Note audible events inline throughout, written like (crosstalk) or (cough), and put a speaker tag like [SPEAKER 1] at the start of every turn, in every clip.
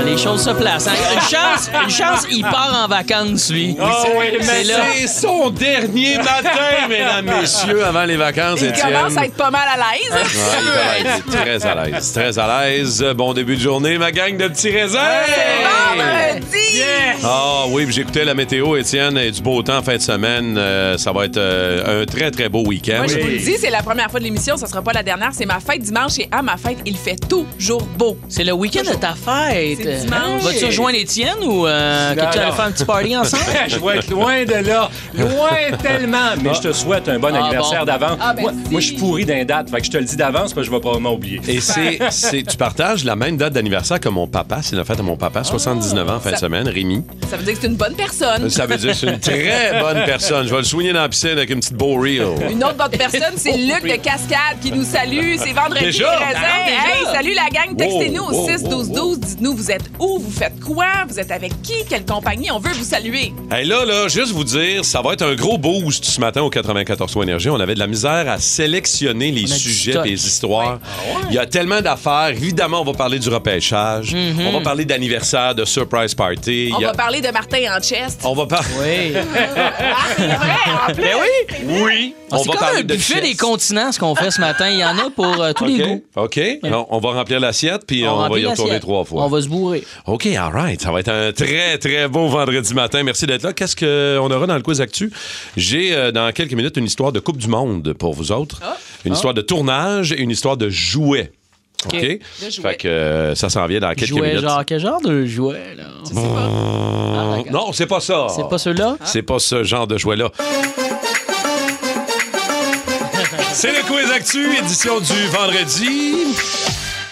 [SPEAKER 1] Ah, les choses se placent. hein. Une chance, une chance, il part en vacances, lui.
[SPEAKER 2] Oh oui, mais
[SPEAKER 1] c'est là.
[SPEAKER 2] c'est son dernier matin,
[SPEAKER 3] (laughs)
[SPEAKER 2] mesdames, messieurs, avant les vacances,
[SPEAKER 3] Il
[SPEAKER 2] Étienne.
[SPEAKER 3] commence à être hein. pas mal à l'aise.
[SPEAKER 2] Ouais, il commence à être très à l'aise, très à l'aise. Bon début de journée, ma gang de petits raisins.
[SPEAKER 3] Vendredi!
[SPEAKER 2] Ah oui, puis j'écoutais la météo, Étienne, et du beau temps fin de semaine. Euh, ça va être euh, un très, très beau week-end.
[SPEAKER 3] Moi, je vous le dis, c'est la première fois de l'émission, ça sera pas la dernière. C'est ma fête dimanche et à ma fête, il fait toujours beau.
[SPEAKER 1] C'est le week-end de ta fête.
[SPEAKER 3] C'est dimanche.
[SPEAKER 1] Vas-tu rejoindre Étienne ou euh, que
[SPEAKER 4] Non,
[SPEAKER 1] tu vas
[SPEAKER 4] non.
[SPEAKER 1] faire un petit party
[SPEAKER 2] (laughs)
[SPEAKER 1] ensemble?
[SPEAKER 4] (laughs) je vais être loin de là. Loin tellement. Mais je te souhaite un bon
[SPEAKER 1] Ah,
[SPEAKER 4] anniversaire
[SPEAKER 1] bon.
[SPEAKER 4] d'avance.
[SPEAKER 3] Ah, ben
[SPEAKER 4] moi,
[SPEAKER 3] si.
[SPEAKER 4] moi, je suis pourri d'un date. Fait que je te le dis d'avance parce que je vais probablement oublier.
[SPEAKER 2] Et c'est, c'est- tu partages la même date d'anniversaire que mon papa. C'est la fête de mon papa, 79 ans en fin de
[SPEAKER 3] Oh, Ça-
[SPEAKER 2] semaine,
[SPEAKER 3] (laughs)
[SPEAKER 2] Rémi.
[SPEAKER 3] Ça veut dire que c'est une bonne personne.
[SPEAKER 2] Ça veut dire que c'est une très bonne personne. Je vais le soigner dans la piscine avec une petite beau reel.
[SPEAKER 3] Une autre bonne personne,
[SPEAKER 2] (laughs)
[SPEAKER 3] c'est Luc de Cascade qui nous salue. C'est vendredi les
[SPEAKER 2] Déjà?
[SPEAKER 3] raisins. Hey, salut la gang. Textez-nous
[SPEAKER 2] Wow,
[SPEAKER 3] au
[SPEAKER 2] wow,
[SPEAKER 3] 6 12
[SPEAKER 2] wow,
[SPEAKER 3] 12. Dites-nous vous êtes où, vous faites quoi, vous êtes avec qui, quelle compagnie. On veut vous saluer.
[SPEAKER 2] Hey, là, là, juste vous dire, ça va être un gros boost ce matin au 94 Soins Énergie. On avait de la misère à sélectionner les
[SPEAKER 1] du
[SPEAKER 2] sujets
[SPEAKER 1] stock. Ah
[SPEAKER 2] et les histoires. Il y a tellement d'affaires. Évidemment, on va parler du repêchage.
[SPEAKER 1] Mm-hmm.
[SPEAKER 2] On va parler d'anniversaire, de surprise party.
[SPEAKER 3] On
[SPEAKER 2] Il y a-
[SPEAKER 3] va parler de Martin en chest.
[SPEAKER 2] On va parler.
[SPEAKER 1] Oui.
[SPEAKER 2] (laughs) Ben oui! Oui!
[SPEAKER 1] On c'est comme un buffet
[SPEAKER 2] chess.
[SPEAKER 1] des continents, ce qu'on fait ce matin. Il y en a pour euh, tous les
[SPEAKER 2] OK.
[SPEAKER 1] goûts.
[SPEAKER 2] OK. On, on va remplir l'assiette, puis on, va
[SPEAKER 1] remplit
[SPEAKER 2] y retourner
[SPEAKER 1] l'assiette.
[SPEAKER 2] trois fois.
[SPEAKER 1] On va se bourrer.
[SPEAKER 2] OK, all right. Ça va être un très, très beau vendredi matin. Merci d'être là. Qu'est-ce qu'on aura dans le quiz actu? J'ai euh, dans quelques minutes une histoire de Coupe du Monde pour vous autres, une histoire de tournage et une histoire de jouets. OK?
[SPEAKER 3] De jouets.
[SPEAKER 2] Fait que euh, ça s'en vient dans quelques
[SPEAKER 1] Jouet,
[SPEAKER 2] minutes.
[SPEAKER 1] genre, quel genre de jouet, là?
[SPEAKER 2] Ah. Euh, non, c'est pas ça.
[SPEAKER 1] C'est pas ceux-là?
[SPEAKER 2] C'est pas ce genre de jouet-là. C'est le quiz actu, édition du vendredi.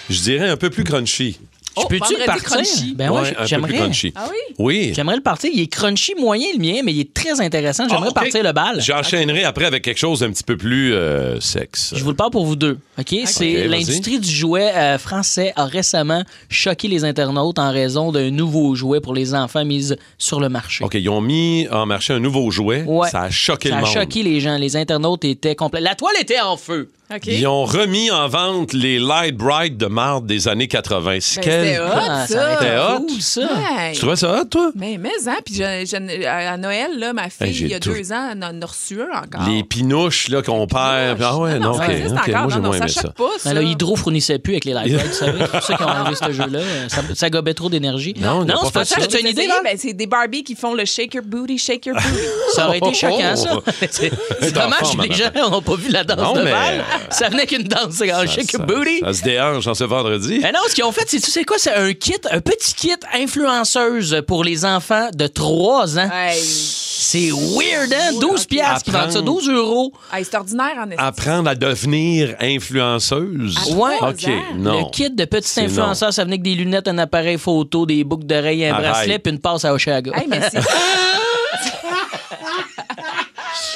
[SPEAKER 2] Je dirais un peu plus crunchy.
[SPEAKER 3] Oh,
[SPEAKER 1] Je peux-tu
[SPEAKER 3] vendredi
[SPEAKER 1] le partir?
[SPEAKER 3] crunchy.
[SPEAKER 1] Ben ouais,
[SPEAKER 2] un peu plus
[SPEAKER 1] j'aimerais.
[SPEAKER 2] crunchy.
[SPEAKER 3] Ah oui?
[SPEAKER 2] Oui.
[SPEAKER 1] J'aimerais le partir. Il est crunchy moyen, le mien, mais il est très intéressant. J'aimerais
[SPEAKER 2] Ah, OK.
[SPEAKER 1] partir le bal.
[SPEAKER 2] J'enchaînerai après avec quelque chose d'un petit peu plus euh, sexe.
[SPEAKER 1] Je vous le parle pour vous deux. OK? C'est
[SPEAKER 2] vas-y.
[SPEAKER 1] l'industrie du jouet euh, français a récemment choqué les internautes en raison d'un nouveau jouet pour les enfants mis sur le marché.
[SPEAKER 2] OK, ils ont mis en marché un nouveau jouet.
[SPEAKER 1] Ouais.
[SPEAKER 2] Ça a choqué
[SPEAKER 1] Ça
[SPEAKER 2] le
[SPEAKER 1] a
[SPEAKER 2] monde.
[SPEAKER 1] choqué les gens. Les internautes étaient complets. La toile était en feu.
[SPEAKER 3] OK.
[SPEAKER 2] Ils ont remis en vente les Light Bright de marde des années 80. C'est
[SPEAKER 3] Ben,
[SPEAKER 2] quel-
[SPEAKER 3] c'était hot,
[SPEAKER 1] Ah,
[SPEAKER 3] ça.
[SPEAKER 1] aurait été
[SPEAKER 2] C'était hot.
[SPEAKER 1] cool, ça.
[SPEAKER 3] Ouais.
[SPEAKER 2] Tu trouvais ça hot, toi?
[SPEAKER 3] Mais, mais, hein, puis je- je- à à Noël, là, ma fille,
[SPEAKER 2] Hey, j'ai
[SPEAKER 3] il y a
[SPEAKER 2] tout-
[SPEAKER 3] deux ans, en a en a reçu un encore.
[SPEAKER 2] Les pinouches là, qu'on perd. Ah ouais, non,
[SPEAKER 3] ça
[SPEAKER 2] OK,
[SPEAKER 3] existe
[SPEAKER 2] OK,
[SPEAKER 3] encore.
[SPEAKER 2] Moi,
[SPEAKER 3] non,
[SPEAKER 2] j'ai
[SPEAKER 3] non,
[SPEAKER 2] moins
[SPEAKER 3] ça
[SPEAKER 2] aimé ça.
[SPEAKER 3] choque pas, ça.
[SPEAKER 1] Ben là, Hydro fournissait plus avec les Light Bright, vous savez. C'est pour ça qu'ils ont enlevé ce jeu-là. Ça, ça gobait trop d'énergie.
[SPEAKER 2] Non, ils ont
[SPEAKER 1] c'est
[SPEAKER 2] pas
[SPEAKER 1] pas
[SPEAKER 2] fait
[SPEAKER 1] ça.
[SPEAKER 2] ça.
[SPEAKER 1] T'as une idée, là?
[SPEAKER 3] Ben, c'est des Barbies qui font le shake your booty, shake your booty.
[SPEAKER 1] Ça aurait été choquant, ça.
[SPEAKER 2] Oh,
[SPEAKER 1] (laughs) C'est c'est
[SPEAKER 2] T'es en
[SPEAKER 1] dommage
[SPEAKER 2] forme,
[SPEAKER 1] que les gens n'ont pas vu la danse
[SPEAKER 2] Non,
[SPEAKER 1] de
[SPEAKER 2] mais-
[SPEAKER 1] balle. Ça venait qu'une danse. Un shake your
[SPEAKER 2] Ça-
[SPEAKER 1] booty. Ben
[SPEAKER 2] Ça se déhanche en ce vendredi.
[SPEAKER 1] Mais non, ce qu'ils ont fait, c'est tu sais quoi? C'est un kit, un petit kit influenceuse pour les enfants de 3 ans.
[SPEAKER 3] hey,
[SPEAKER 1] C'est weird, hein? 12 piastres qui vendent ça, 12 euros.
[SPEAKER 3] hey, c'est ordinaire, en effet.
[SPEAKER 2] Apprendre à devenir influenceuse.
[SPEAKER 1] Ouais.
[SPEAKER 2] OK, non.
[SPEAKER 1] Le kit de petits
[SPEAKER 2] C'est non.
[SPEAKER 1] influenceurs, ça venait avec des lunettes, un appareil photo, des boucles d'oreilles, un
[SPEAKER 2] Arrête.
[SPEAKER 1] bracelet, puis une passe à Oshaga.
[SPEAKER 3] Hey, mais c'est...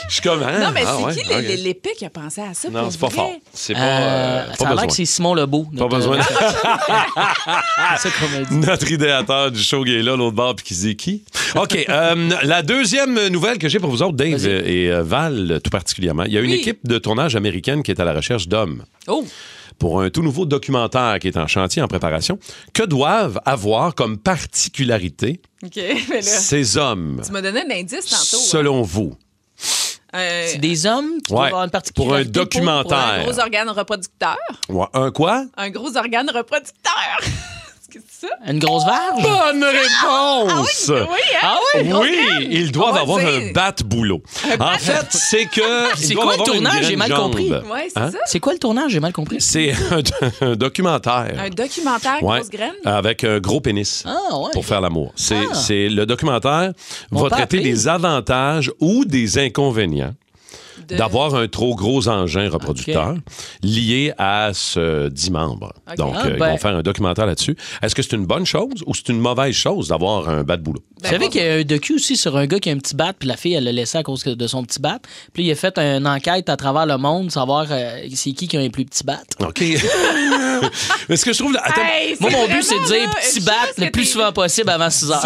[SPEAKER 2] Je suis comme... hein?
[SPEAKER 3] Non, mais
[SPEAKER 2] Ah
[SPEAKER 3] c'est
[SPEAKER 2] ouais,
[SPEAKER 3] qui
[SPEAKER 2] OK.
[SPEAKER 3] l'é- l'épée qui a pensé à ça?
[SPEAKER 2] Non,
[SPEAKER 3] pour
[SPEAKER 2] c'est pas
[SPEAKER 3] vrai?
[SPEAKER 2] fort. C'est pas,
[SPEAKER 1] Euh,
[SPEAKER 2] euh, pas
[SPEAKER 1] ça a l'air
[SPEAKER 2] besoin.
[SPEAKER 1] que c'est Simon Lebeau.
[SPEAKER 2] Pas
[SPEAKER 1] notre-
[SPEAKER 2] besoin. Ah!
[SPEAKER 1] C'est ça qu'on m'a dit.
[SPEAKER 2] Notre idéateur du show qui est là, l'autre bord, puis qui se dit qui.
[SPEAKER 1] (laughs)
[SPEAKER 2] OK. euh, la deuxième nouvelle que j'ai pour vous autres, Dave
[SPEAKER 1] Vas-y.
[SPEAKER 2] et euh, Val, euh, tout particulièrement. Il y a une
[SPEAKER 3] Oui.
[SPEAKER 2] équipe de tournage américaine qui est à la recherche d'hommes
[SPEAKER 3] Oh,
[SPEAKER 2] pour un tout nouveau documentaire qui est en chantier, en préparation. Que doivent avoir comme particularité
[SPEAKER 3] OK. (laughs) Mais là,
[SPEAKER 2] ces hommes,
[SPEAKER 3] tu m'as donné un indice tantôt. hein.
[SPEAKER 2] selon vous?
[SPEAKER 3] Euh,
[SPEAKER 1] C'est des hommes qui doivent
[SPEAKER 2] Ouais.
[SPEAKER 1] avoir une
[SPEAKER 2] Pour un
[SPEAKER 1] particularité
[SPEAKER 2] documentaire.
[SPEAKER 3] un gros organe reproducteur.
[SPEAKER 2] Ouais, Un quoi?
[SPEAKER 3] Un gros organe reproducteur. (laughs) que c'est ça?
[SPEAKER 1] Une grosse verge?
[SPEAKER 3] Bah!
[SPEAKER 2] Bonne réponse!
[SPEAKER 3] Oui, hein?
[SPEAKER 1] Ah oui?
[SPEAKER 2] Oui, ils doivent
[SPEAKER 3] On va
[SPEAKER 2] avoir
[SPEAKER 3] dire.
[SPEAKER 2] un bat-boulot. En fait, c'est que.
[SPEAKER 1] C'est
[SPEAKER 2] ils doivent
[SPEAKER 1] quoi le
[SPEAKER 2] avoir une
[SPEAKER 1] tournage? J'ai
[SPEAKER 2] grande
[SPEAKER 1] mal
[SPEAKER 2] jambe.
[SPEAKER 1] compris.
[SPEAKER 3] Ouais, c'est
[SPEAKER 2] Hein?
[SPEAKER 3] ça.
[SPEAKER 1] C'est quoi le tournage? J'ai mal compris.
[SPEAKER 2] C'est (laughs) un, un documentaire.
[SPEAKER 3] Un documentaire
[SPEAKER 2] Ouais,
[SPEAKER 3] grosse graine.
[SPEAKER 2] Avec un gros pénis.
[SPEAKER 1] Ah, ouais.
[SPEAKER 2] Pour faire l'amour. C'est
[SPEAKER 1] Ah.
[SPEAKER 2] c'est- le documentaire
[SPEAKER 1] Mon
[SPEAKER 2] va
[SPEAKER 1] père
[SPEAKER 2] traiter
[SPEAKER 1] appris.
[SPEAKER 2] des avantages ou des inconvénients
[SPEAKER 3] de-
[SPEAKER 2] d'avoir un trop gros engin reproducteur lié à ce dix membres.
[SPEAKER 3] Ok.
[SPEAKER 2] Donc,
[SPEAKER 1] Ah,
[SPEAKER 2] euh, ils
[SPEAKER 1] ben.
[SPEAKER 2] vont faire un documentaire là-dessus. Est-ce que c'est une bonne chose ou c'est une mauvaise chose d'avoir un bas de boulot?
[SPEAKER 1] Vous
[SPEAKER 3] Ben,
[SPEAKER 1] savez
[SPEAKER 3] pas-
[SPEAKER 1] qu'il y a un docu aussi sur un gars qui a un petit bat, puis la fille, elle l'a laissé à cause que- de son petit bat. Puis il a fait une enquête à travers le monde, savoir euh, c'est qui qui a un plus petit bat.
[SPEAKER 2] OK. (laughs) Mais ce que je trouve... là- Attends,
[SPEAKER 3] Hey,
[SPEAKER 1] Moi, mon but,
[SPEAKER 3] vraiment,
[SPEAKER 1] c'est de dire
[SPEAKER 3] là, je
[SPEAKER 1] petit
[SPEAKER 3] sais
[SPEAKER 1] bat
[SPEAKER 3] pas ce
[SPEAKER 1] le
[SPEAKER 3] que
[SPEAKER 1] plus
[SPEAKER 3] t'es-
[SPEAKER 1] souvent possible avant 6
[SPEAKER 3] (laughs)
[SPEAKER 1] heures.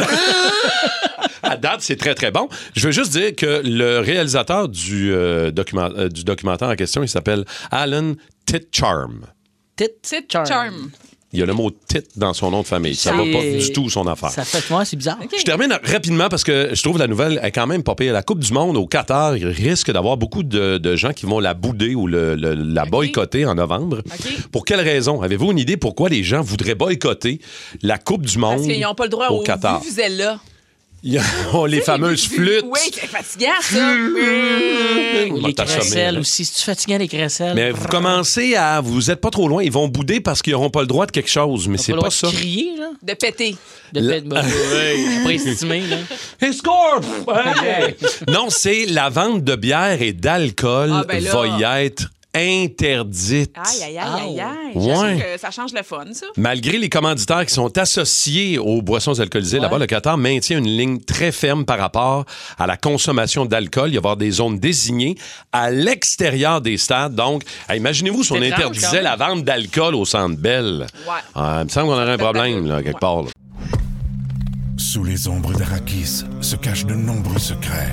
[SPEAKER 2] À date, c'est très, très bon. Je veux juste dire que le réalisateur du, euh, document- euh, du documentaire en question, il s'appelle Alan Titcharm.
[SPEAKER 3] C'est charm.
[SPEAKER 2] Il y a le mot tit dans son nom de famille. Ça va
[SPEAKER 1] C'est-
[SPEAKER 2] pas du tout son affaire.
[SPEAKER 1] Ça fait moi, c'est bizarre.
[SPEAKER 2] Je termine rapidement parce que je trouve la nouvelle est quand même pas pire. La Coupe du Monde au Qatar, il risque d'avoir beaucoup de, de gens qui vont la bouder ou le- le- la boycotter en novembre.
[SPEAKER 3] OK.
[SPEAKER 2] Pour quelle raison? Avez-vous une idée pourquoi les gens voudraient boycotter la Coupe du Monde
[SPEAKER 3] Parce qu'ils n'ont pas le droit
[SPEAKER 2] au
[SPEAKER 3] au
[SPEAKER 2] Qatar?
[SPEAKER 3] vuvuzela.
[SPEAKER 2] Il y a- (laughs) oh,
[SPEAKER 3] (laughs)
[SPEAKER 2] les fameuses flûtes.
[SPEAKER 3] Oui, c'est fatigant, ça.
[SPEAKER 1] Ou
[SPEAKER 2] M'a
[SPEAKER 1] les
[SPEAKER 2] t'assommé,
[SPEAKER 1] crécelles
[SPEAKER 2] là.
[SPEAKER 1] aussi. Si tu fatiguant les crécelles,
[SPEAKER 2] Mais vous commencez à. Vous êtes pas trop loin. Ils vont bouder parce qu'ils n'auront pas le droit de quelque chose, mais
[SPEAKER 1] T'as
[SPEAKER 2] c'est
[SPEAKER 1] le droit
[SPEAKER 2] pas
[SPEAKER 1] de
[SPEAKER 2] ça.
[SPEAKER 1] crier, là.
[SPEAKER 3] De péter.
[SPEAKER 1] De
[SPEAKER 2] La- (laughs)
[SPEAKER 1] fait, bah, ouais, pas estimé, là.
[SPEAKER 2] Ils scorent! Ouais. (laughs) non, c'est la vente de bière et d'alcool
[SPEAKER 3] Ah, ben là.
[SPEAKER 2] va y être interdite.
[SPEAKER 3] Aïe, aïe, aïe, aïe, aïe.
[SPEAKER 2] Ouais.
[SPEAKER 3] J'imagine que ça change le fun, ça.
[SPEAKER 2] Malgré les commanditaires qui sont associés aux boissons alcoolisées, là-bas, le Qatar maintient une ligne très ferme par rapport à la consommation d'alcool. Il va y avoir des zones désignées à l'extérieur des stades. Donc, hey, imaginez-vous si on
[SPEAKER 1] C'est étrange,
[SPEAKER 2] interdisait
[SPEAKER 1] quand
[SPEAKER 2] la vente d'alcool au Centre Bell.
[SPEAKER 3] Ouais.
[SPEAKER 2] Ah, il me semble qu'on aurait un problème, là, quelque
[SPEAKER 3] Ouais.
[SPEAKER 2] part. là.
[SPEAKER 5] Sous les ombres d'Arakis se cachent de nombreux secrets.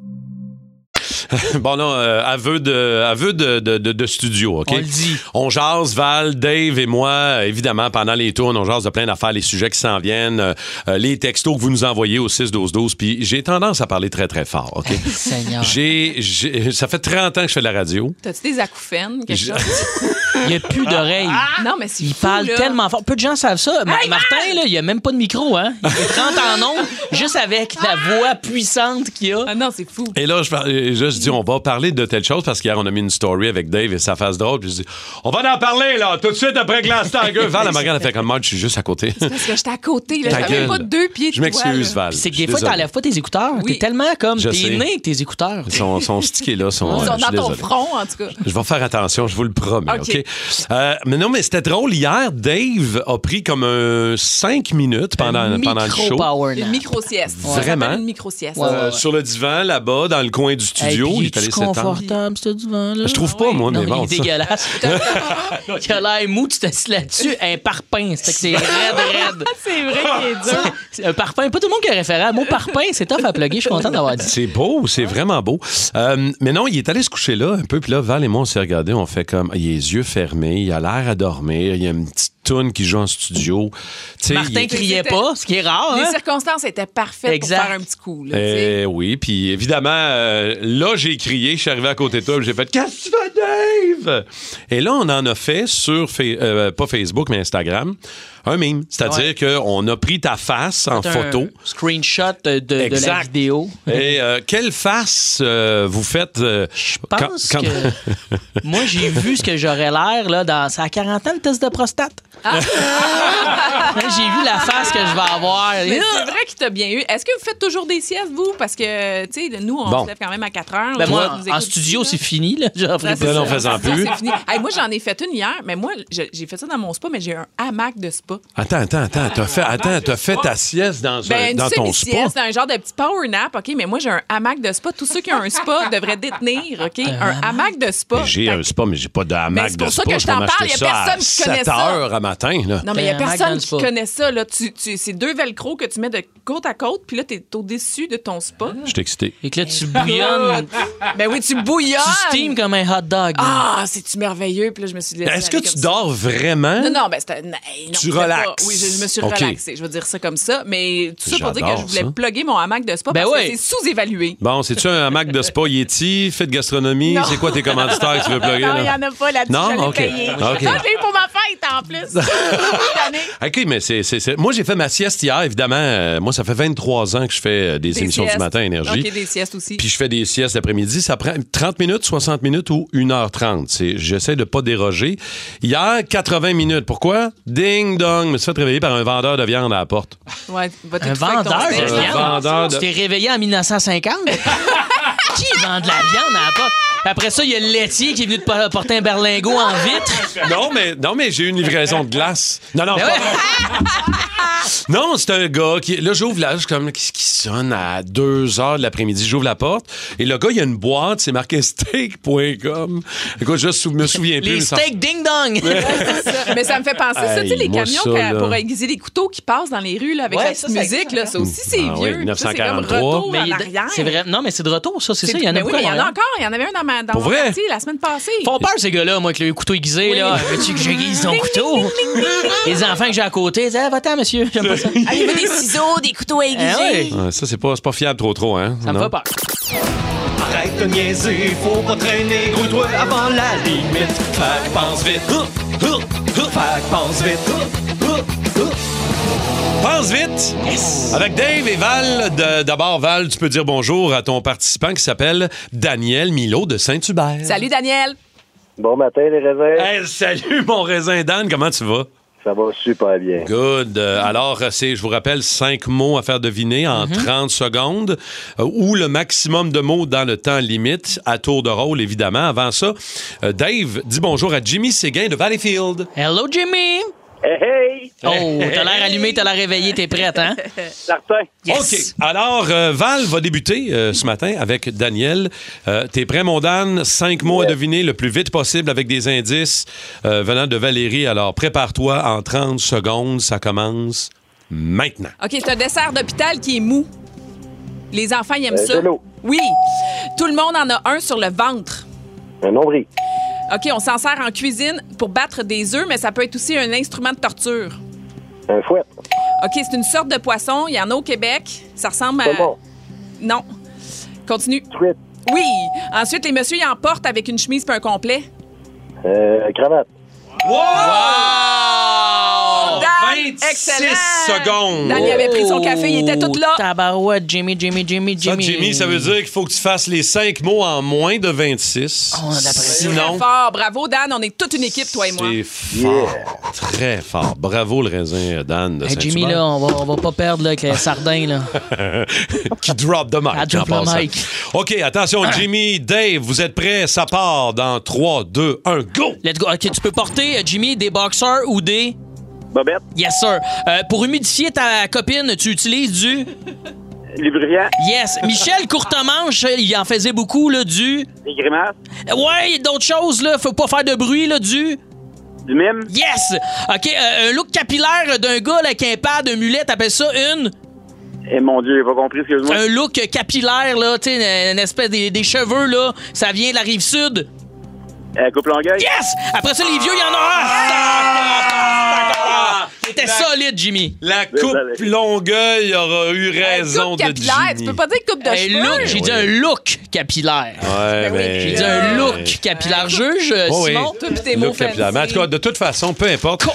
[SPEAKER 2] Bon, non, euh, aveu, de, aveu de, de, de- de studio, OK?
[SPEAKER 1] On le dit.
[SPEAKER 2] On jase, Val, Dave et moi, euh, évidemment, pendant les tours, on jase de plein d'affaires, les sujets qui s'en viennent, euh, euh, les textos que vous nous envoyez au 6-12-12, puis j'ai tendance à parler très, très fort,
[SPEAKER 3] (laughs)
[SPEAKER 2] OK?
[SPEAKER 1] Seigneur.
[SPEAKER 2] J'ai, j'ai- ça fait 30 ans que je fais de la radio.
[SPEAKER 3] T'as-tu des acouphènes, quelque
[SPEAKER 2] Je-
[SPEAKER 3] chose?
[SPEAKER 1] Il n'y a plus d'oreilles.
[SPEAKER 2] Ah!
[SPEAKER 3] Non, mais c'est
[SPEAKER 1] Il
[SPEAKER 3] fou,
[SPEAKER 1] parle
[SPEAKER 3] là.
[SPEAKER 1] tellement fort. Peu de gens savent ça. Ma- Martin, là, il a même pas de micro, hein? Il est 30
[SPEAKER 3] (laughs)
[SPEAKER 1] en ondes, juste avec la voix puissante qu'il a.
[SPEAKER 3] Ah non, c'est fou.
[SPEAKER 2] Et là, je, par- euh, je dis, on va parler de telle chose, parce qu'hier, on a mis une story avec Dave et sa face drôle, puis je dis, on va en parler, là, tout de suite après Glass Tiger. Val, elle me regarde, elle fait comme, Merde, je suis juste à
[SPEAKER 3] (laughs)
[SPEAKER 2] côté.
[SPEAKER 3] Parce que j'étais à côté, là.
[SPEAKER 2] Ta
[SPEAKER 3] J'avais
[SPEAKER 2] gueule.
[SPEAKER 3] pas deux pieds de
[SPEAKER 2] Je
[SPEAKER 3] toi,
[SPEAKER 2] m'excuse,
[SPEAKER 3] là.
[SPEAKER 2] Val.
[SPEAKER 1] Puis C'est que
[SPEAKER 2] Je suis
[SPEAKER 1] des fois,
[SPEAKER 2] désolé.
[SPEAKER 1] t'enlèves pas tes écouteurs.
[SPEAKER 3] Oui.
[SPEAKER 1] T'es tellement comme.
[SPEAKER 2] Je
[SPEAKER 1] T'es
[SPEAKER 2] sais.
[SPEAKER 1] né avec tes écouteurs.
[SPEAKER 2] Ils sont, sont stickés, là. Sont,
[SPEAKER 3] Ils
[SPEAKER 2] euh,
[SPEAKER 3] sont
[SPEAKER 2] je suis
[SPEAKER 3] dans ton
[SPEAKER 2] désolé.
[SPEAKER 3] front, en tout cas.
[SPEAKER 2] Je vais faire attention, je vous le promets. OK?
[SPEAKER 3] OK.
[SPEAKER 2] Euh, mais non, mais c'était drôle. Hier, Dave a pris comme un 5 minutes pendant, pendant le show.
[SPEAKER 1] Micro-power nap.
[SPEAKER 3] Une micro-sieste. Ça s'appelle
[SPEAKER 2] Vraiment?
[SPEAKER 3] Une micro-sieste.
[SPEAKER 1] Ouais,
[SPEAKER 2] Euh, sur le divan, là-bas, dans le coin du studio.
[SPEAKER 1] Hey, puis
[SPEAKER 2] il
[SPEAKER 1] est-tu
[SPEAKER 2] fallait s'étendre.
[SPEAKER 1] confortable, ce divan-là.
[SPEAKER 2] Je trouve pas, moi,
[SPEAKER 1] Non,
[SPEAKER 2] mais bon.
[SPEAKER 1] il est
[SPEAKER 2] ça. (laughs)
[SPEAKER 1] dégueulasse. il a l'air mou, tu t'assis là-dessus, un parpaing. C'est que c'est raide, raide.
[SPEAKER 3] (laughs) C'est vrai qu'il est dur.
[SPEAKER 1] C'est Un parpaing. Pas tout le monde qui a référé. Le mot parpaing, c'est tough à plugger. Je suis content d'avoir dit.
[SPEAKER 2] C'est beau, c'est vraiment beau. Euh, mais non, il est allé se coucher là un peu, puis là, Val et moi, on s'est regardés, on fait comme, il a les yeux fermés, il a l'air à dormir, il y a une petite toune qui joue en studio. Tu sais, il
[SPEAKER 1] Martin
[SPEAKER 2] est-
[SPEAKER 1] criait pas, ce qui est rare.
[SPEAKER 3] Les
[SPEAKER 1] Hein?
[SPEAKER 3] circonstances étaient parfaites
[SPEAKER 1] Exact.
[SPEAKER 3] pour faire un petit coup. Là, tu sais.
[SPEAKER 2] Euh, oui, puis évidemment, euh, là, j'ai crié, je suis arrivé à côté de toi, puis j'ai fait Qu'est-ce que tu fais, Dave Et là, on en a fait sur, fa- euh, pas Facebook, mais Instagram, un mime. C'est-à-dire qu'on a pris ta face en
[SPEAKER 1] Un
[SPEAKER 3] (laughs)
[SPEAKER 2] photo.
[SPEAKER 1] Screenshot de, de la
[SPEAKER 2] Exact.
[SPEAKER 1] vidéo.
[SPEAKER 2] Et euh, quelle face euh, vous faites euh,
[SPEAKER 1] Je
[SPEAKER 2] quand-
[SPEAKER 1] pense
[SPEAKER 2] quand- (laughs)
[SPEAKER 1] que moi j'ai vu ce que j'aurais l'air là dans sa quarantaine le test de prostate.
[SPEAKER 3] Ah!
[SPEAKER 1] j'ai vu la face que je vais avoir.
[SPEAKER 3] Mais c'est vrai qu'il t'a bien eu. Est-ce que vous faites toujours des siestes, vous? Parce que, tu sais, nous, on
[SPEAKER 2] Bon.
[SPEAKER 3] se lève quand même à 4 heures.
[SPEAKER 1] Ben
[SPEAKER 3] on
[SPEAKER 1] moi,
[SPEAKER 3] nous
[SPEAKER 1] en
[SPEAKER 3] écoute
[SPEAKER 1] studio,
[SPEAKER 3] ici,
[SPEAKER 1] c'est fini. Là. J'en ferai
[SPEAKER 3] là.
[SPEAKER 1] plus.
[SPEAKER 2] Ben Non, non, fais-en plus. plus.
[SPEAKER 3] c'est fini. Hey, moi, j'en ai fait une hier, mais moi, je- j'ai fait ça dans mon spa, mais j'ai un hamac de spa.
[SPEAKER 2] Attends, attends, attends. T'as fait, attends, t'as fait ta sieste dans, un-
[SPEAKER 3] Ah, Ben,
[SPEAKER 2] dans
[SPEAKER 3] tu sais,
[SPEAKER 2] ton
[SPEAKER 3] mes
[SPEAKER 2] spa.
[SPEAKER 3] siestes, c'est un genre de petit power nap, OK? Mais moi, j'ai un hamac de spa. Tous ceux qui ont
[SPEAKER 2] (laughs)
[SPEAKER 3] un spa devraient détenir, OK? Un hamac de spa.
[SPEAKER 2] J'ai un spa, mais j'ai pas de
[SPEAKER 3] Mais
[SPEAKER 2] hamac
[SPEAKER 3] c'est
[SPEAKER 2] de
[SPEAKER 3] pour ça
[SPEAKER 2] spa.
[SPEAKER 3] que je t'en
[SPEAKER 2] vais m'acheter
[SPEAKER 3] parle, y a
[SPEAKER 2] ça à
[SPEAKER 3] personne qui connaît
[SPEAKER 2] 7
[SPEAKER 3] ça.
[SPEAKER 2] heures à matin, là.
[SPEAKER 3] Non, mais il n'y a
[SPEAKER 1] T'as un hamac dans
[SPEAKER 3] personne
[SPEAKER 1] le
[SPEAKER 3] qui
[SPEAKER 1] spa.
[SPEAKER 3] connaît ça. Là. Tu, tu, c'est deux velcro que tu mets de côte à côte, puis là, tu es au-dessus de ton spa.
[SPEAKER 2] Je suis excité.
[SPEAKER 1] Et que là, tu
[SPEAKER 3] Ah!
[SPEAKER 2] Ah.
[SPEAKER 1] bouillonnes,
[SPEAKER 3] Ben oui, tu bouillonnes.
[SPEAKER 1] tu steam comme un hot dog.
[SPEAKER 3] Ah, c'est-tu merveilleux? Puis là, je me suis laissée
[SPEAKER 2] Ben, Est-ce que
[SPEAKER 3] aller
[SPEAKER 2] tu
[SPEAKER 3] comme ça.
[SPEAKER 2] dors vraiment?
[SPEAKER 3] Non, non, ben c'était. non, hey, non,
[SPEAKER 2] Tu
[SPEAKER 3] c'était
[SPEAKER 2] relaxes.
[SPEAKER 3] pas- Oui, je, je me suis
[SPEAKER 2] OK.
[SPEAKER 3] relaxée. Je veux dire ça comme ça. Mais tout ça pour dire que
[SPEAKER 2] J'adore
[SPEAKER 3] je voulais
[SPEAKER 2] ça.
[SPEAKER 3] plugger mon hamac de spa
[SPEAKER 1] Ben
[SPEAKER 3] parce
[SPEAKER 1] oui.
[SPEAKER 3] que c'est sous-évalué.
[SPEAKER 2] Bon, c'est-tu un hamac de spa Yeti, fait de gastronomie?
[SPEAKER 3] Non.
[SPEAKER 2] C'est quoi tes commanditaires que tu veux plugger?
[SPEAKER 3] Non, il n'y
[SPEAKER 2] là?
[SPEAKER 3] en a pas là-dessus.
[SPEAKER 2] Non?
[SPEAKER 3] je l'ai
[SPEAKER 2] OK.
[SPEAKER 3] payé.
[SPEAKER 2] OK.
[SPEAKER 3] Non, je l'ai eu pour ma fête en
[SPEAKER 2] (laughs)
[SPEAKER 3] plus. Cette année.
[SPEAKER 2] OK, mais c'est, c'est- c'est- Moi, j'ai fait ma sieste hier, évidemment. Euh, moi, ça fait 23 ans que je fais euh, des,
[SPEAKER 3] Des
[SPEAKER 2] émissions
[SPEAKER 3] siestes.
[SPEAKER 2] du matin à Énergie.
[SPEAKER 3] OK, des siestes aussi.
[SPEAKER 2] Puis je fais des siestes l'après-midi. Ça prend 30 minutes, 60 minutes ou 1h30. C'est, j'essaie de pas déroger. Hier, 80 minutes. Pourquoi? Ding dong. Je me suis fait réveiller par un vendeur de viande à la porte.
[SPEAKER 3] Ouais, va
[SPEAKER 1] Un
[SPEAKER 3] t'étouffer avec ton
[SPEAKER 1] vendeur
[SPEAKER 3] steak,
[SPEAKER 1] de
[SPEAKER 3] là.
[SPEAKER 2] Un
[SPEAKER 1] viande.
[SPEAKER 2] vendeur de-
[SPEAKER 1] Tu t'es réveillé en 1950?
[SPEAKER 3] (laughs)
[SPEAKER 1] qui vend de la viande à la porte? Après ça, il y a le laitier qui est venu te por- porter un berlingot en vitre.
[SPEAKER 2] Non, mais, non, mais j'ai eu une livraison de glace. Non, non,
[SPEAKER 1] Ben
[SPEAKER 2] pas-
[SPEAKER 1] ouais. (laughs)
[SPEAKER 2] Non, c'est un gars qui. Là, j'ouvre la. Je suis comme, qu'est-ce qui sonne à 2 h de l'après-midi? J'ouvre la porte. Et le gars, il y a une boîte, c'est marqué steak.com. Écoute, je sou- me souviens plus.
[SPEAKER 1] Les
[SPEAKER 2] mais ça-
[SPEAKER 1] steaks ding-dong.
[SPEAKER 3] Mais ça me fait penser, ça, tu sais,
[SPEAKER 2] Hey,
[SPEAKER 3] les
[SPEAKER 2] moi,
[SPEAKER 3] camions
[SPEAKER 2] ça,
[SPEAKER 3] qu'a-
[SPEAKER 2] là.
[SPEAKER 3] pour aiguiser les couteaux qui passent dans les rues là, avec
[SPEAKER 1] Ouais,
[SPEAKER 3] la petite
[SPEAKER 1] ça, ça
[SPEAKER 3] musique,
[SPEAKER 1] existe
[SPEAKER 3] là, ça aussi, c'est
[SPEAKER 2] Ah oui,
[SPEAKER 3] vieux. Ça, c'est comme
[SPEAKER 2] 1943.
[SPEAKER 3] retour
[SPEAKER 1] Mais
[SPEAKER 3] en
[SPEAKER 1] il-
[SPEAKER 3] arrière.
[SPEAKER 1] c'est vrai. Non, mais c'est de retour, ça. C'est ça. Il y en a
[SPEAKER 3] Mais ben oui,
[SPEAKER 1] beaucoup. hein.
[SPEAKER 3] mais il y en
[SPEAKER 1] à
[SPEAKER 3] a
[SPEAKER 1] Montréal.
[SPEAKER 3] encore. Il y en avait un dans, ma, dans
[SPEAKER 2] Pour
[SPEAKER 3] mon
[SPEAKER 2] vrai?
[SPEAKER 3] quartier la semaine passée.
[SPEAKER 1] Ils font peur, ces gars-là, moi, avec le couteau aiguisé,
[SPEAKER 3] Oui.
[SPEAKER 1] là. Ah, Veux-tu que
[SPEAKER 3] (laughs)
[SPEAKER 1] j'aiguise ton couteau? Les enfants que j'ai à côté, ils disent, ah, va-t'en, monsieur. J'aime
[SPEAKER 3] (laughs)
[SPEAKER 1] pas ça.
[SPEAKER 3] Avez-vous
[SPEAKER 6] (laughs)
[SPEAKER 3] des ciseaux, des couteaux
[SPEAKER 6] Eh
[SPEAKER 3] à aiguiser?
[SPEAKER 1] Ah ouais.
[SPEAKER 2] Ah, ça, c'est pas, c'est pas fiable trop, trop, hein?
[SPEAKER 1] Ça me
[SPEAKER 2] Non?
[SPEAKER 1] fait peur.
[SPEAKER 7] Arrête de niaiser, faut pas traîner, grouille-toi avant la limite.
[SPEAKER 4] Ah,
[SPEAKER 7] Fait que pense vite, Huh, huh, huh. fait que pense vite. Huh, huh, huh.
[SPEAKER 2] Pense vite! Avec Dave et Val. de- D'abord, Val, tu peux dire bonjour à ton participant qui s'appelle Daniel Milo de Saint-Hubert.
[SPEAKER 3] Salut, Daniel.
[SPEAKER 8] Bon matin, les réserves.
[SPEAKER 2] Hey, salut, mon raisin Dan, comment tu vas?
[SPEAKER 8] Ça va super bien.
[SPEAKER 2] Good. Euh, Alors, euh, c'est, je vous rappelle, cinq mots à faire deviner en 30 secondes euh, ou le maximum de mots dans le temps limite, à tour de rôle, évidemment. Avant ça, euh, Dave, dis bonjour à Jimmy Séguin de Valleyfield.
[SPEAKER 1] Hello, Jimmy.
[SPEAKER 8] Hey, hey!
[SPEAKER 1] Oh, t'as l'air allumé, t'as l'air réveillé, t'es prête, hein?
[SPEAKER 8] Certain.
[SPEAKER 1] Yes.
[SPEAKER 2] OK. Alors, euh, Val va débuter euh, ce matin avec Daniel. Euh, T'es prêt, mon Dan? Cinq mots à deviner le plus vite possible avec des indices euh, venant de Valérie. Alors, prépare-toi en 30 secondes. Ça commence maintenant.
[SPEAKER 3] OK, c'est un dessert d'hôpital qui est mou. Les enfants, ils aiment
[SPEAKER 8] Euh,
[SPEAKER 3] ça.
[SPEAKER 8] de l'eau.
[SPEAKER 3] Oui. Tout le monde en a un sur le ventre.
[SPEAKER 8] Un nombril.
[SPEAKER 3] OK, on s'en sert en cuisine pour battre des œufs, mais ça peut être aussi un instrument de torture.
[SPEAKER 8] Un fouet.
[SPEAKER 3] OK, c'est une sorte de poisson. Il y en a au Québec. Ça ressemble à.
[SPEAKER 8] Saumon.
[SPEAKER 3] Non. Continue.
[SPEAKER 8] Truite.
[SPEAKER 3] Oui. Ensuite, les messieurs y emportent avec une chemise puis un complet.
[SPEAKER 8] Euh, cravate.
[SPEAKER 2] Wow!
[SPEAKER 3] Dan,
[SPEAKER 2] 26
[SPEAKER 3] excellent!
[SPEAKER 2] Oh, secondes!
[SPEAKER 3] Dan, il avait (laughs) pris son
[SPEAKER 1] Oh,
[SPEAKER 3] café, il était tout là.
[SPEAKER 1] Tabarouette, Jimmy, Jimmy, Jimmy,
[SPEAKER 2] Ça,
[SPEAKER 1] Jimmy.
[SPEAKER 2] Ah, Jimmy, ça veut dire qu'il faut que tu fasses les cinq mots en moins de 26.
[SPEAKER 1] Oh, on a de la pression.
[SPEAKER 2] Sinon,
[SPEAKER 3] Très fort. Bravo, Dan. On est toute une équipe, toi et moi.
[SPEAKER 2] c'est fort. Très fort. Bravo, le raisin Dan de
[SPEAKER 1] Hey,
[SPEAKER 2] Saint-Hubert.
[SPEAKER 1] Jimmy, là, on va, on va pas perdre, là, avec les sardines, là.
[SPEAKER 2] (laughs) qui drop de mic.
[SPEAKER 1] Elle drop
[SPEAKER 2] en
[SPEAKER 1] le
[SPEAKER 2] passant.
[SPEAKER 1] mic. Ah.
[SPEAKER 2] OK, attention, Jimmy, Dave, vous êtes prêts? Ça part dans 3, 2, 1, go!
[SPEAKER 1] Let's go. OK, tu peux porter, euh, Jimmy, des boxers ou des...
[SPEAKER 8] Bobette.
[SPEAKER 1] Yes, sir. Euh, pour humidifier ta copine, tu utilises du...
[SPEAKER 8] Lubrifiant.
[SPEAKER 1] Yes. Michel Courtemanche, il en faisait beaucoup, là, du...
[SPEAKER 8] Des grimaces.
[SPEAKER 1] Ouais, d'autres choses, là. Faut pas faire de bruit, là, du...
[SPEAKER 8] Du mime.
[SPEAKER 1] Yes! OK, euh, un look capillaire d'un gars là, avec un pad, un mulet, t'appelles ça une...
[SPEAKER 8] Eh mon Dieu, j'ai pas compris, excuse-moi.
[SPEAKER 9] Euh.
[SPEAKER 1] Un look capillaire, là, tu sais, une espèce des, des cheveux, là. Ça vient de la rive sud.
[SPEAKER 8] Euh, coupe longueuil.
[SPEAKER 1] Yes! Après ça, les vieux, il y en
[SPEAKER 2] Ah!
[SPEAKER 1] a un. C'était solide, Jimmy.
[SPEAKER 2] La coupe
[SPEAKER 8] Désolé.
[SPEAKER 2] Longueuil aura eu raison
[SPEAKER 3] coupe
[SPEAKER 2] de
[SPEAKER 3] capillaire. Ben, Tu
[SPEAKER 2] Jimmy. Ben,
[SPEAKER 3] peux pas dire coupe de
[SPEAKER 1] Un
[SPEAKER 3] cheveux.
[SPEAKER 1] look, j'ai
[SPEAKER 2] Oui.
[SPEAKER 1] dit un look capillaire.
[SPEAKER 2] Ouais,
[SPEAKER 3] Ben oui,
[SPEAKER 2] mais-
[SPEAKER 1] J'ai dit un look capillaire. Juge, euh,
[SPEAKER 2] Oh oui.
[SPEAKER 1] Simon.
[SPEAKER 3] Toi pis tes
[SPEAKER 2] Look
[SPEAKER 3] mots
[SPEAKER 2] capillaire. Mais en tout cas,
[SPEAKER 3] fancy.
[SPEAKER 2] de toute façon, peu importe.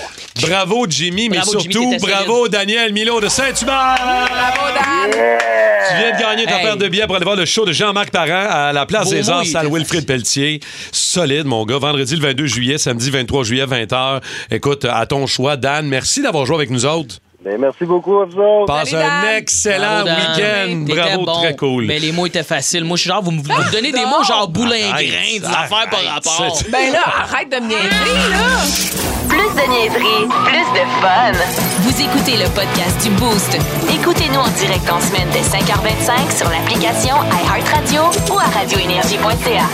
[SPEAKER 2] Bravo, Jimmy, mais
[SPEAKER 1] Bravo, Jimmy,
[SPEAKER 2] surtout,
[SPEAKER 1] t'étais solide.
[SPEAKER 2] bravo, Daniel Milo de Saint-Hubert!
[SPEAKER 3] Bravo, Dan.
[SPEAKER 2] Tu viens de gagner ta
[SPEAKER 1] Hey.
[SPEAKER 2] paire de billets pour aller voir le show de Jean-Marc Parent à la Place
[SPEAKER 1] Beau
[SPEAKER 2] des
[SPEAKER 1] mot,
[SPEAKER 2] Arts,
[SPEAKER 1] il
[SPEAKER 2] salle
[SPEAKER 1] était
[SPEAKER 2] Wilfrid Pelletier. Solide, mon gars. Vendredi le 22 juillet, samedi 23 juillet, 20h. Écoute, à ton choix, Dan, merci d'avoir joué avec nous autres.
[SPEAKER 9] Ben, merci beaucoup à vous autres.
[SPEAKER 2] Passe
[SPEAKER 1] Salut,
[SPEAKER 2] un
[SPEAKER 1] Dan.
[SPEAKER 2] excellent
[SPEAKER 1] Bravo, Ah! Dan.
[SPEAKER 2] week-end.
[SPEAKER 1] T'étais
[SPEAKER 2] Bravo,
[SPEAKER 1] bon.
[SPEAKER 2] très cool.
[SPEAKER 1] Mais les mots étaient faciles. Moi, je suis genre, vous me, vous me donnez des mots genre boulingrin, des affaires par rapport.
[SPEAKER 3] Ben là, arrête de me niaiser, là!
[SPEAKER 10] Plus de niaiserie, plus de fun. Vous écoutez le podcast du Boost. Écoutez-nous en direct en semaine dès 5h25 sur l'application iHeartRadio ou à radioénergie.ca.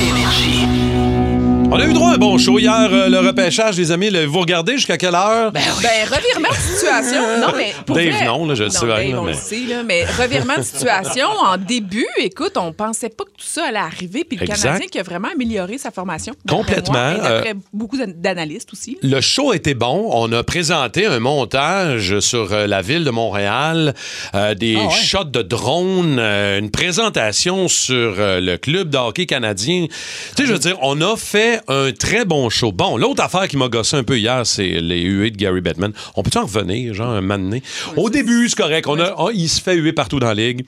[SPEAKER 2] Énergie. On a eu droit à un bon show hier, euh, le repêchage, les amis. le- vous regardez jusqu'à quelle heure?
[SPEAKER 3] Ben, revirement de situation. Non, mais. pour
[SPEAKER 2] Dave,
[SPEAKER 3] vrai-
[SPEAKER 2] non, là, je le sais,
[SPEAKER 3] Dave,
[SPEAKER 2] hein,
[SPEAKER 3] on
[SPEAKER 2] mais-
[SPEAKER 3] le sait, là, mais revirement de situation. En début, écoute, on pensait pas que tout ça allait arriver. Puis le
[SPEAKER 2] Exact.
[SPEAKER 3] Canadien qui a vraiment amélioré sa formation. d'après
[SPEAKER 2] Complètement,
[SPEAKER 3] moi, et d'après
[SPEAKER 2] euh,
[SPEAKER 3] beaucoup d'an- d'analystes aussi.
[SPEAKER 2] Le show était bon. On a présenté un montage sur euh, la ville de Montréal, euh, des
[SPEAKER 3] Ah ouais.
[SPEAKER 2] shots de drone, euh, une présentation sur euh, le club de hockey canadien. Tu sais, je veux dire, on a fait un très bon show. Bon, l'autre affaire qui m'a gossé un peu hier, c'est les huées de Gary Bettman. On peut en revenir, genre, un moment donné? Au début, c'est correct. On a, on- il se fait huer partout dans la ligue.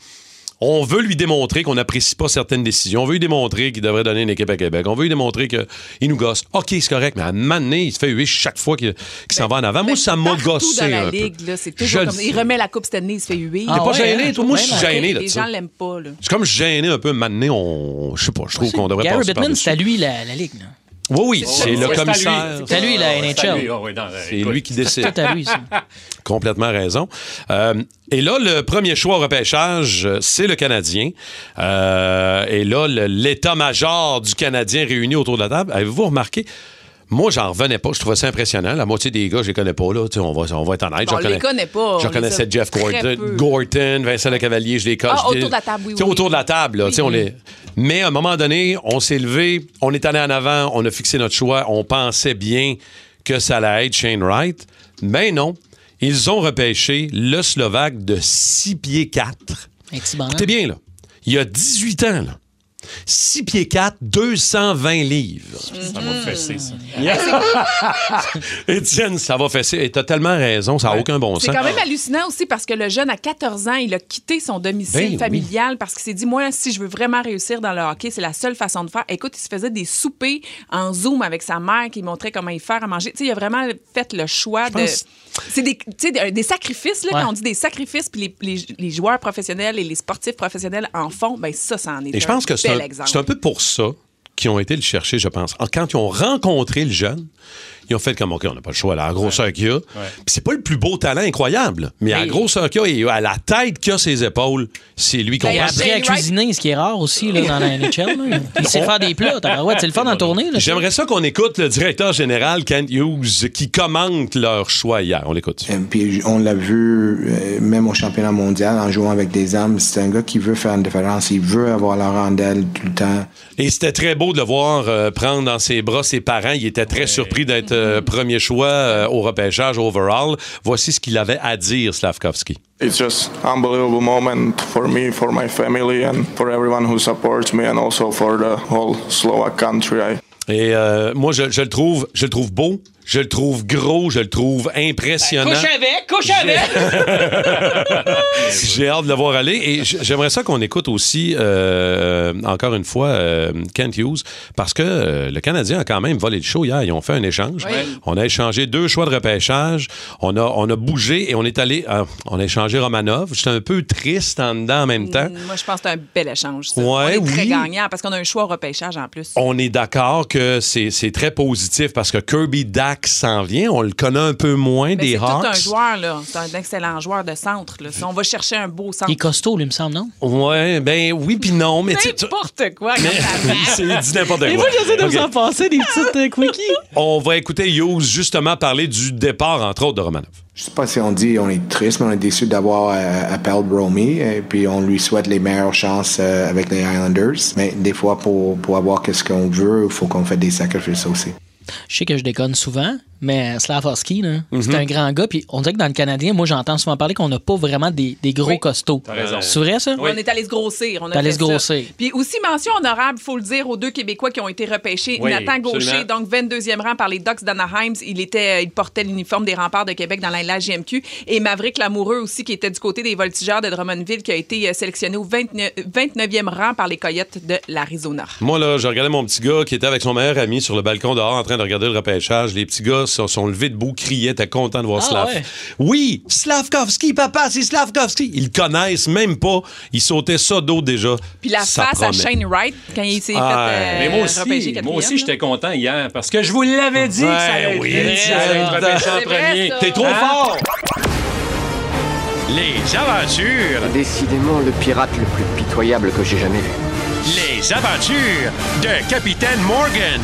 [SPEAKER 2] On veut lui démontrer qu'on n'apprécie pas certaines décisions. On veut lui démontrer qu'il devrait donner une équipe à Québec. On veut lui démontrer qu'il nous gosse. OK, c'est correct, mais à un moment donné, il se fait huer chaque fois qu'il qu'il s'en va en avant. Moi, ça m'a
[SPEAKER 3] Tout
[SPEAKER 2] gossé
[SPEAKER 3] Ben, dans la
[SPEAKER 2] un peu.
[SPEAKER 3] ligue, là, c'est
[SPEAKER 2] Je
[SPEAKER 3] toujours
[SPEAKER 2] le
[SPEAKER 3] comme.
[SPEAKER 2] sais.
[SPEAKER 3] Il remet la Coupe Stanley, il se fait huer.
[SPEAKER 2] Ah pas ouais, gêné, hein? toi, moi, je suis
[SPEAKER 3] Ouais,
[SPEAKER 2] gêné de
[SPEAKER 3] Les
[SPEAKER 2] ça.
[SPEAKER 3] gens l'aiment pas, là.
[SPEAKER 2] C'est comme gêné un peu, un moment donné, on... je sais pas, je trouve qu'on devrait
[SPEAKER 1] Gary
[SPEAKER 2] passer
[SPEAKER 1] Bettman,
[SPEAKER 2] par-dessus.
[SPEAKER 1] c'est à lui la, la ligue. là.
[SPEAKER 2] Oui, oui, c'est le commissaire.
[SPEAKER 1] C'est à lui
[SPEAKER 4] Ah,
[SPEAKER 1] la NHL.
[SPEAKER 2] C'est lui qui décide.
[SPEAKER 1] C'est tout à lui, ça.
[SPEAKER 2] Complètement raison. Euh, et là, le premier choix au repêchage, euh, c'est le Canadien. Euh, et là, le- l'état-major du Canadien réuni autour de la table. Avez-vous remarqué? Moi, j'en revenais pas. Je trouvais ça impressionnant. La moitié des gars, je les connais pas. Là. Tu sais, On, va, on va être honnête.
[SPEAKER 3] Bon, on
[SPEAKER 2] je
[SPEAKER 3] les connaît pas.
[SPEAKER 2] Je
[SPEAKER 3] On les
[SPEAKER 2] connaissais
[SPEAKER 3] a
[SPEAKER 2] Jeff
[SPEAKER 3] très
[SPEAKER 2] Gorton,
[SPEAKER 3] peu.
[SPEAKER 2] Gorton, Vincent Lecavalier, je les connais.
[SPEAKER 3] Ah,
[SPEAKER 2] Je les-
[SPEAKER 3] autour de la table, oui,
[SPEAKER 2] Tu sais,
[SPEAKER 3] oui.
[SPEAKER 2] Autour de la table. là, tu sais, on les... Mais à un moment donné, on s'est levé, on est allé en avant, on a fixé notre choix, on pensait bien que ça allait être Shane Wright. Mais non, ils ont repêché le Slovaque de 6 pieds 4.
[SPEAKER 1] Un petit banc.
[SPEAKER 3] Hein?
[SPEAKER 2] Écoutez bien, là. Il y a 18 ans, là. 6 pieds 4, 220 livres.
[SPEAKER 3] Mm.
[SPEAKER 4] Ça m'a fessé,
[SPEAKER 2] Mmh.
[SPEAKER 4] ça.
[SPEAKER 2] Étienne, ça va fesser. Et t'as tellement raison, ça ah. n'a aucun bon sens.
[SPEAKER 3] C'est quand même hallucinant aussi parce que le jeune, à 14 ans, il a quitté son
[SPEAKER 2] Ben
[SPEAKER 3] domicile
[SPEAKER 2] oui.
[SPEAKER 3] familial parce qu'il s'est dit, moi, si je veux vraiment réussir dans le hockey, c'est la seule façon de faire. Écoute, il se faisait des soupers en Zoom avec sa mère qui montrait comment il faire à manger. Tu sais, il a vraiment fait le choix
[SPEAKER 2] Je
[SPEAKER 3] de...
[SPEAKER 2] pense-
[SPEAKER 3] C'est des, tu sais, des- des sacrifices, là,
[SPEAKER 2] Ouais.
[SPEAKER 3] quand on dit des sacrifices, puis les, les- les joueurs professionnels et les sportifs professionnels en font, ben ça, ça en est
[SPEAKER 2] Et je pense
[SPEAKER 3] un
[SPEAKER 2] que c'est
[SPEAKER 3] bel
[SPEAKER 2] un,
[SPEAKER 3] exemple.
[SPEAKER 2] c'est un peu pour ça qu'ils ont été le chercher, je pense. En- Quand ils ont rencontré le jeune, ils ont fait comme, OK, on n'a pas le choix, là, à la grosseur qu'il a. Puis c'est pas le plus beau talent incroyable, mais à la
[SPEAKER 1] Oui.
[SPEAKER 2] grosseur qu'il a et à la tête qu'il a ses épaules, c'est lui qu'on
[SPEAKER 3] Ben,
[SPEAKER 1] Il a
[SPEAKER 2] pense.
[SPEAKER 1] appris à cuisiner, ce qui est rare aussi là, dans la NHL. là. Il sait faire des plats. tabarouette, C'est le fun en tournée. là.
[SPEAKER 2] J'aimerais ça qu'on écoute le directeur général Kent Hughes qui commente leur choix hier. On l'écoute.
[SPEAKER 11] Puis on l'a vu euh, même au championnat mondial en jouant avec des armes. C'est un gars qui veut faire une différence. Il veut avoir la rondelle tout le temps.
[SPEAKER 2] Et c'était très beau de le voir euh, prendre dans ses bras ses parents. Il était très surpris
[SPEAKER 3] Mhm.
[SPEAKER 2] d'être euh, premier choix euh, au repêchage overall. Voici ce qu'il avait à dire, Slavkovski.
[SPEAKER 12] It's just unbelievable moment for me, for my family, and for everyone who supports me, and also for the whole Slovak country. I
[SPEAKER 2] Et euh, moi, je, je le trouve, je le trouve beau, je le trouve gros, je le trouve impressionnant.
[SPEAKER 1] avec, Ben, couche avec!
[SPEAKER 2] (laughs) J'ai hâte de le voir aller. Et j- j'aimerais ça qu'on écoute aussi, euh, encore une fois, euh, Kent Hughes, parce que euh, le Canadien a quand même volé le show hier. Ils ont fait un échange.
[SPEAKER 13] Oui.
[SPEAKER 2] On a échangé deux choix de repêchage. On a, on a bougé et on est allé. euh, on a échangé Romanov. J'étais un peu triste en dedans en même
[SPEAKER 1] Mm.
[SPEAKER 2] temps.
[SPEAKER 3] Moi, je pense que c'est un bel échange. ça.
[SPEAKER 2] Ouais,
[SPEAKER 3] on est très
[SPEAKER 2] oui.
[SPEAKER 3] gagnant parce qu'on a un choix au repêchage en plus.
[SPEAKER 2] On est d'accord que c'est c'est très positif parce que Kirby Dack s'en vient. On le connaît un peu moins
[SPEAKER 3] Mais
[SPEAKER 2] des
[SPEAKER 3] Ben, c'est tout un
[SPEAKER 2] Hawks.
[SPEAKER 3] joueur, là. C'est un excellent joueur de centre, là. Si on va chercher un beau centre.
[SPEAKER 2] Il est
[SPEAKER 1] costaud, lui, me semble, non?
[SPEAKER 2] Ouais, ben oui, puis non, mais tu
[SPEAKER 3] (laughs)
[SPEAKER 2] sais, tu-
[SPEAKER 3] N'importe quoi. comme ça.
[SPEAKER 2] c'est dit n'importe quoi.
[SPEAKER 1] Et moi, j'essaie de
[SPEAKER 2] OK.
[SPEAKER 1] vous en passer des petites euh, quickies.
[SPEAKER 2] On va écouter Hughes justement parler du départ, entre autres, de Romanov.
[SPEAKER 11] Je sais pas si on dit on est triste, mais on est déçu d'avoir euh, Appel Bromie. Et puis on lui souhaite les meilleures chances euh, avec les Islanders. Mais des fois, pour, pour avoir ce qu'on veut, il faut qu'on fasse des sacrifices aussi.
[SPEAKER 1] Je sais que je déconne souvent, mais Slavovski, là, c'est un grand gars. Puis on dirait que dans le Canadien, moi, j'entends souvent parler qu'on n'a pas vraiment des, des gros costauds.
[SPEAKER 3] raison.
[SPEAKER 1] C'est vrai, ça?
[SPEAKER 3] On est allé se grossir. On a
[SPEAKER 1] T'allais se
[SPEAKER 3] fait ça.
[SPEAKER 1] grossir.
[SPEAKER 3] Puis aussi, mention honorable, faut le dire, aux deux Québécois qui ont été repêchés.
[SPEAKER 1] Oui,
[SPEAKER 3] Nathan Gaucher,
[SPEAKER 1] absolument.
[SPEAKER 3] donc 22e rang par les Ducks d'Anaheim. Il, était, il portait l'uniforme des remparts de Québec dans la, la GMQ. Et Maverick Lamoureux aussi, qui était du côté des Voltigeurs de Drummondville, qui a été euh, sélectionné au 29, 29e rang par les Coyotes de l'Arizona.
[SPEAKER 2] Moi, là, je regardais mon petit gars qui était avec son meilleur ami sur le balcon dehors en train de regarder le repêchage. Les petits gars se sont levés debout, criaient, étaient contents de voir
[SPEAKER 7] Ah,
[SPEAKER 2] Slav.
[SPEAKER 7] ouais.
[SPEAKER 2] Oui, Slavkovski, papa, c'est Slavkovski. Ils le connaissent même pas. Ils sautaient ça d'eau déjà.
[SPEAKER 3] Puis la
[SPEAKER 2] Ça
[SPEAKER 3] face à
[SPEAKER 2] promet.
[SPEAKER 3] Shane Wright quand il s'est
[SPEAKER 2] Ah,
[SPEAKER 3] fait euh,
[SPEAKER 2] mais
[SPEAKER 4] moi aussi,
[SPEAKER 3] repêcher
[SPEAKER 4] moi
[SPEAKER 3] quatrième,
[SPEAKER 4] aussi, j'étais content hier parce que je vous l'avais dit que ça allait
[SPEAKER 2] Ouais,
[SPEAKER 4] être
[SPEAKER 2] Ben oui,
[SPEAKER 4] vite, ça allait être repêché en
[SPEAKER 2] C'est vrai,
[SPEAKER 4] premier. Hein?
[SPEAKER 2] ça. T'es trop
[SPEAKER 3] Ah.
[SPEAKER 2] fort. Les aventures.
[SPEAKER 9] Décidément le pirate le plus pitoyable que j'ai jamais vu.
[SPEAKER 2] Les aventures de Capitaine Morgan.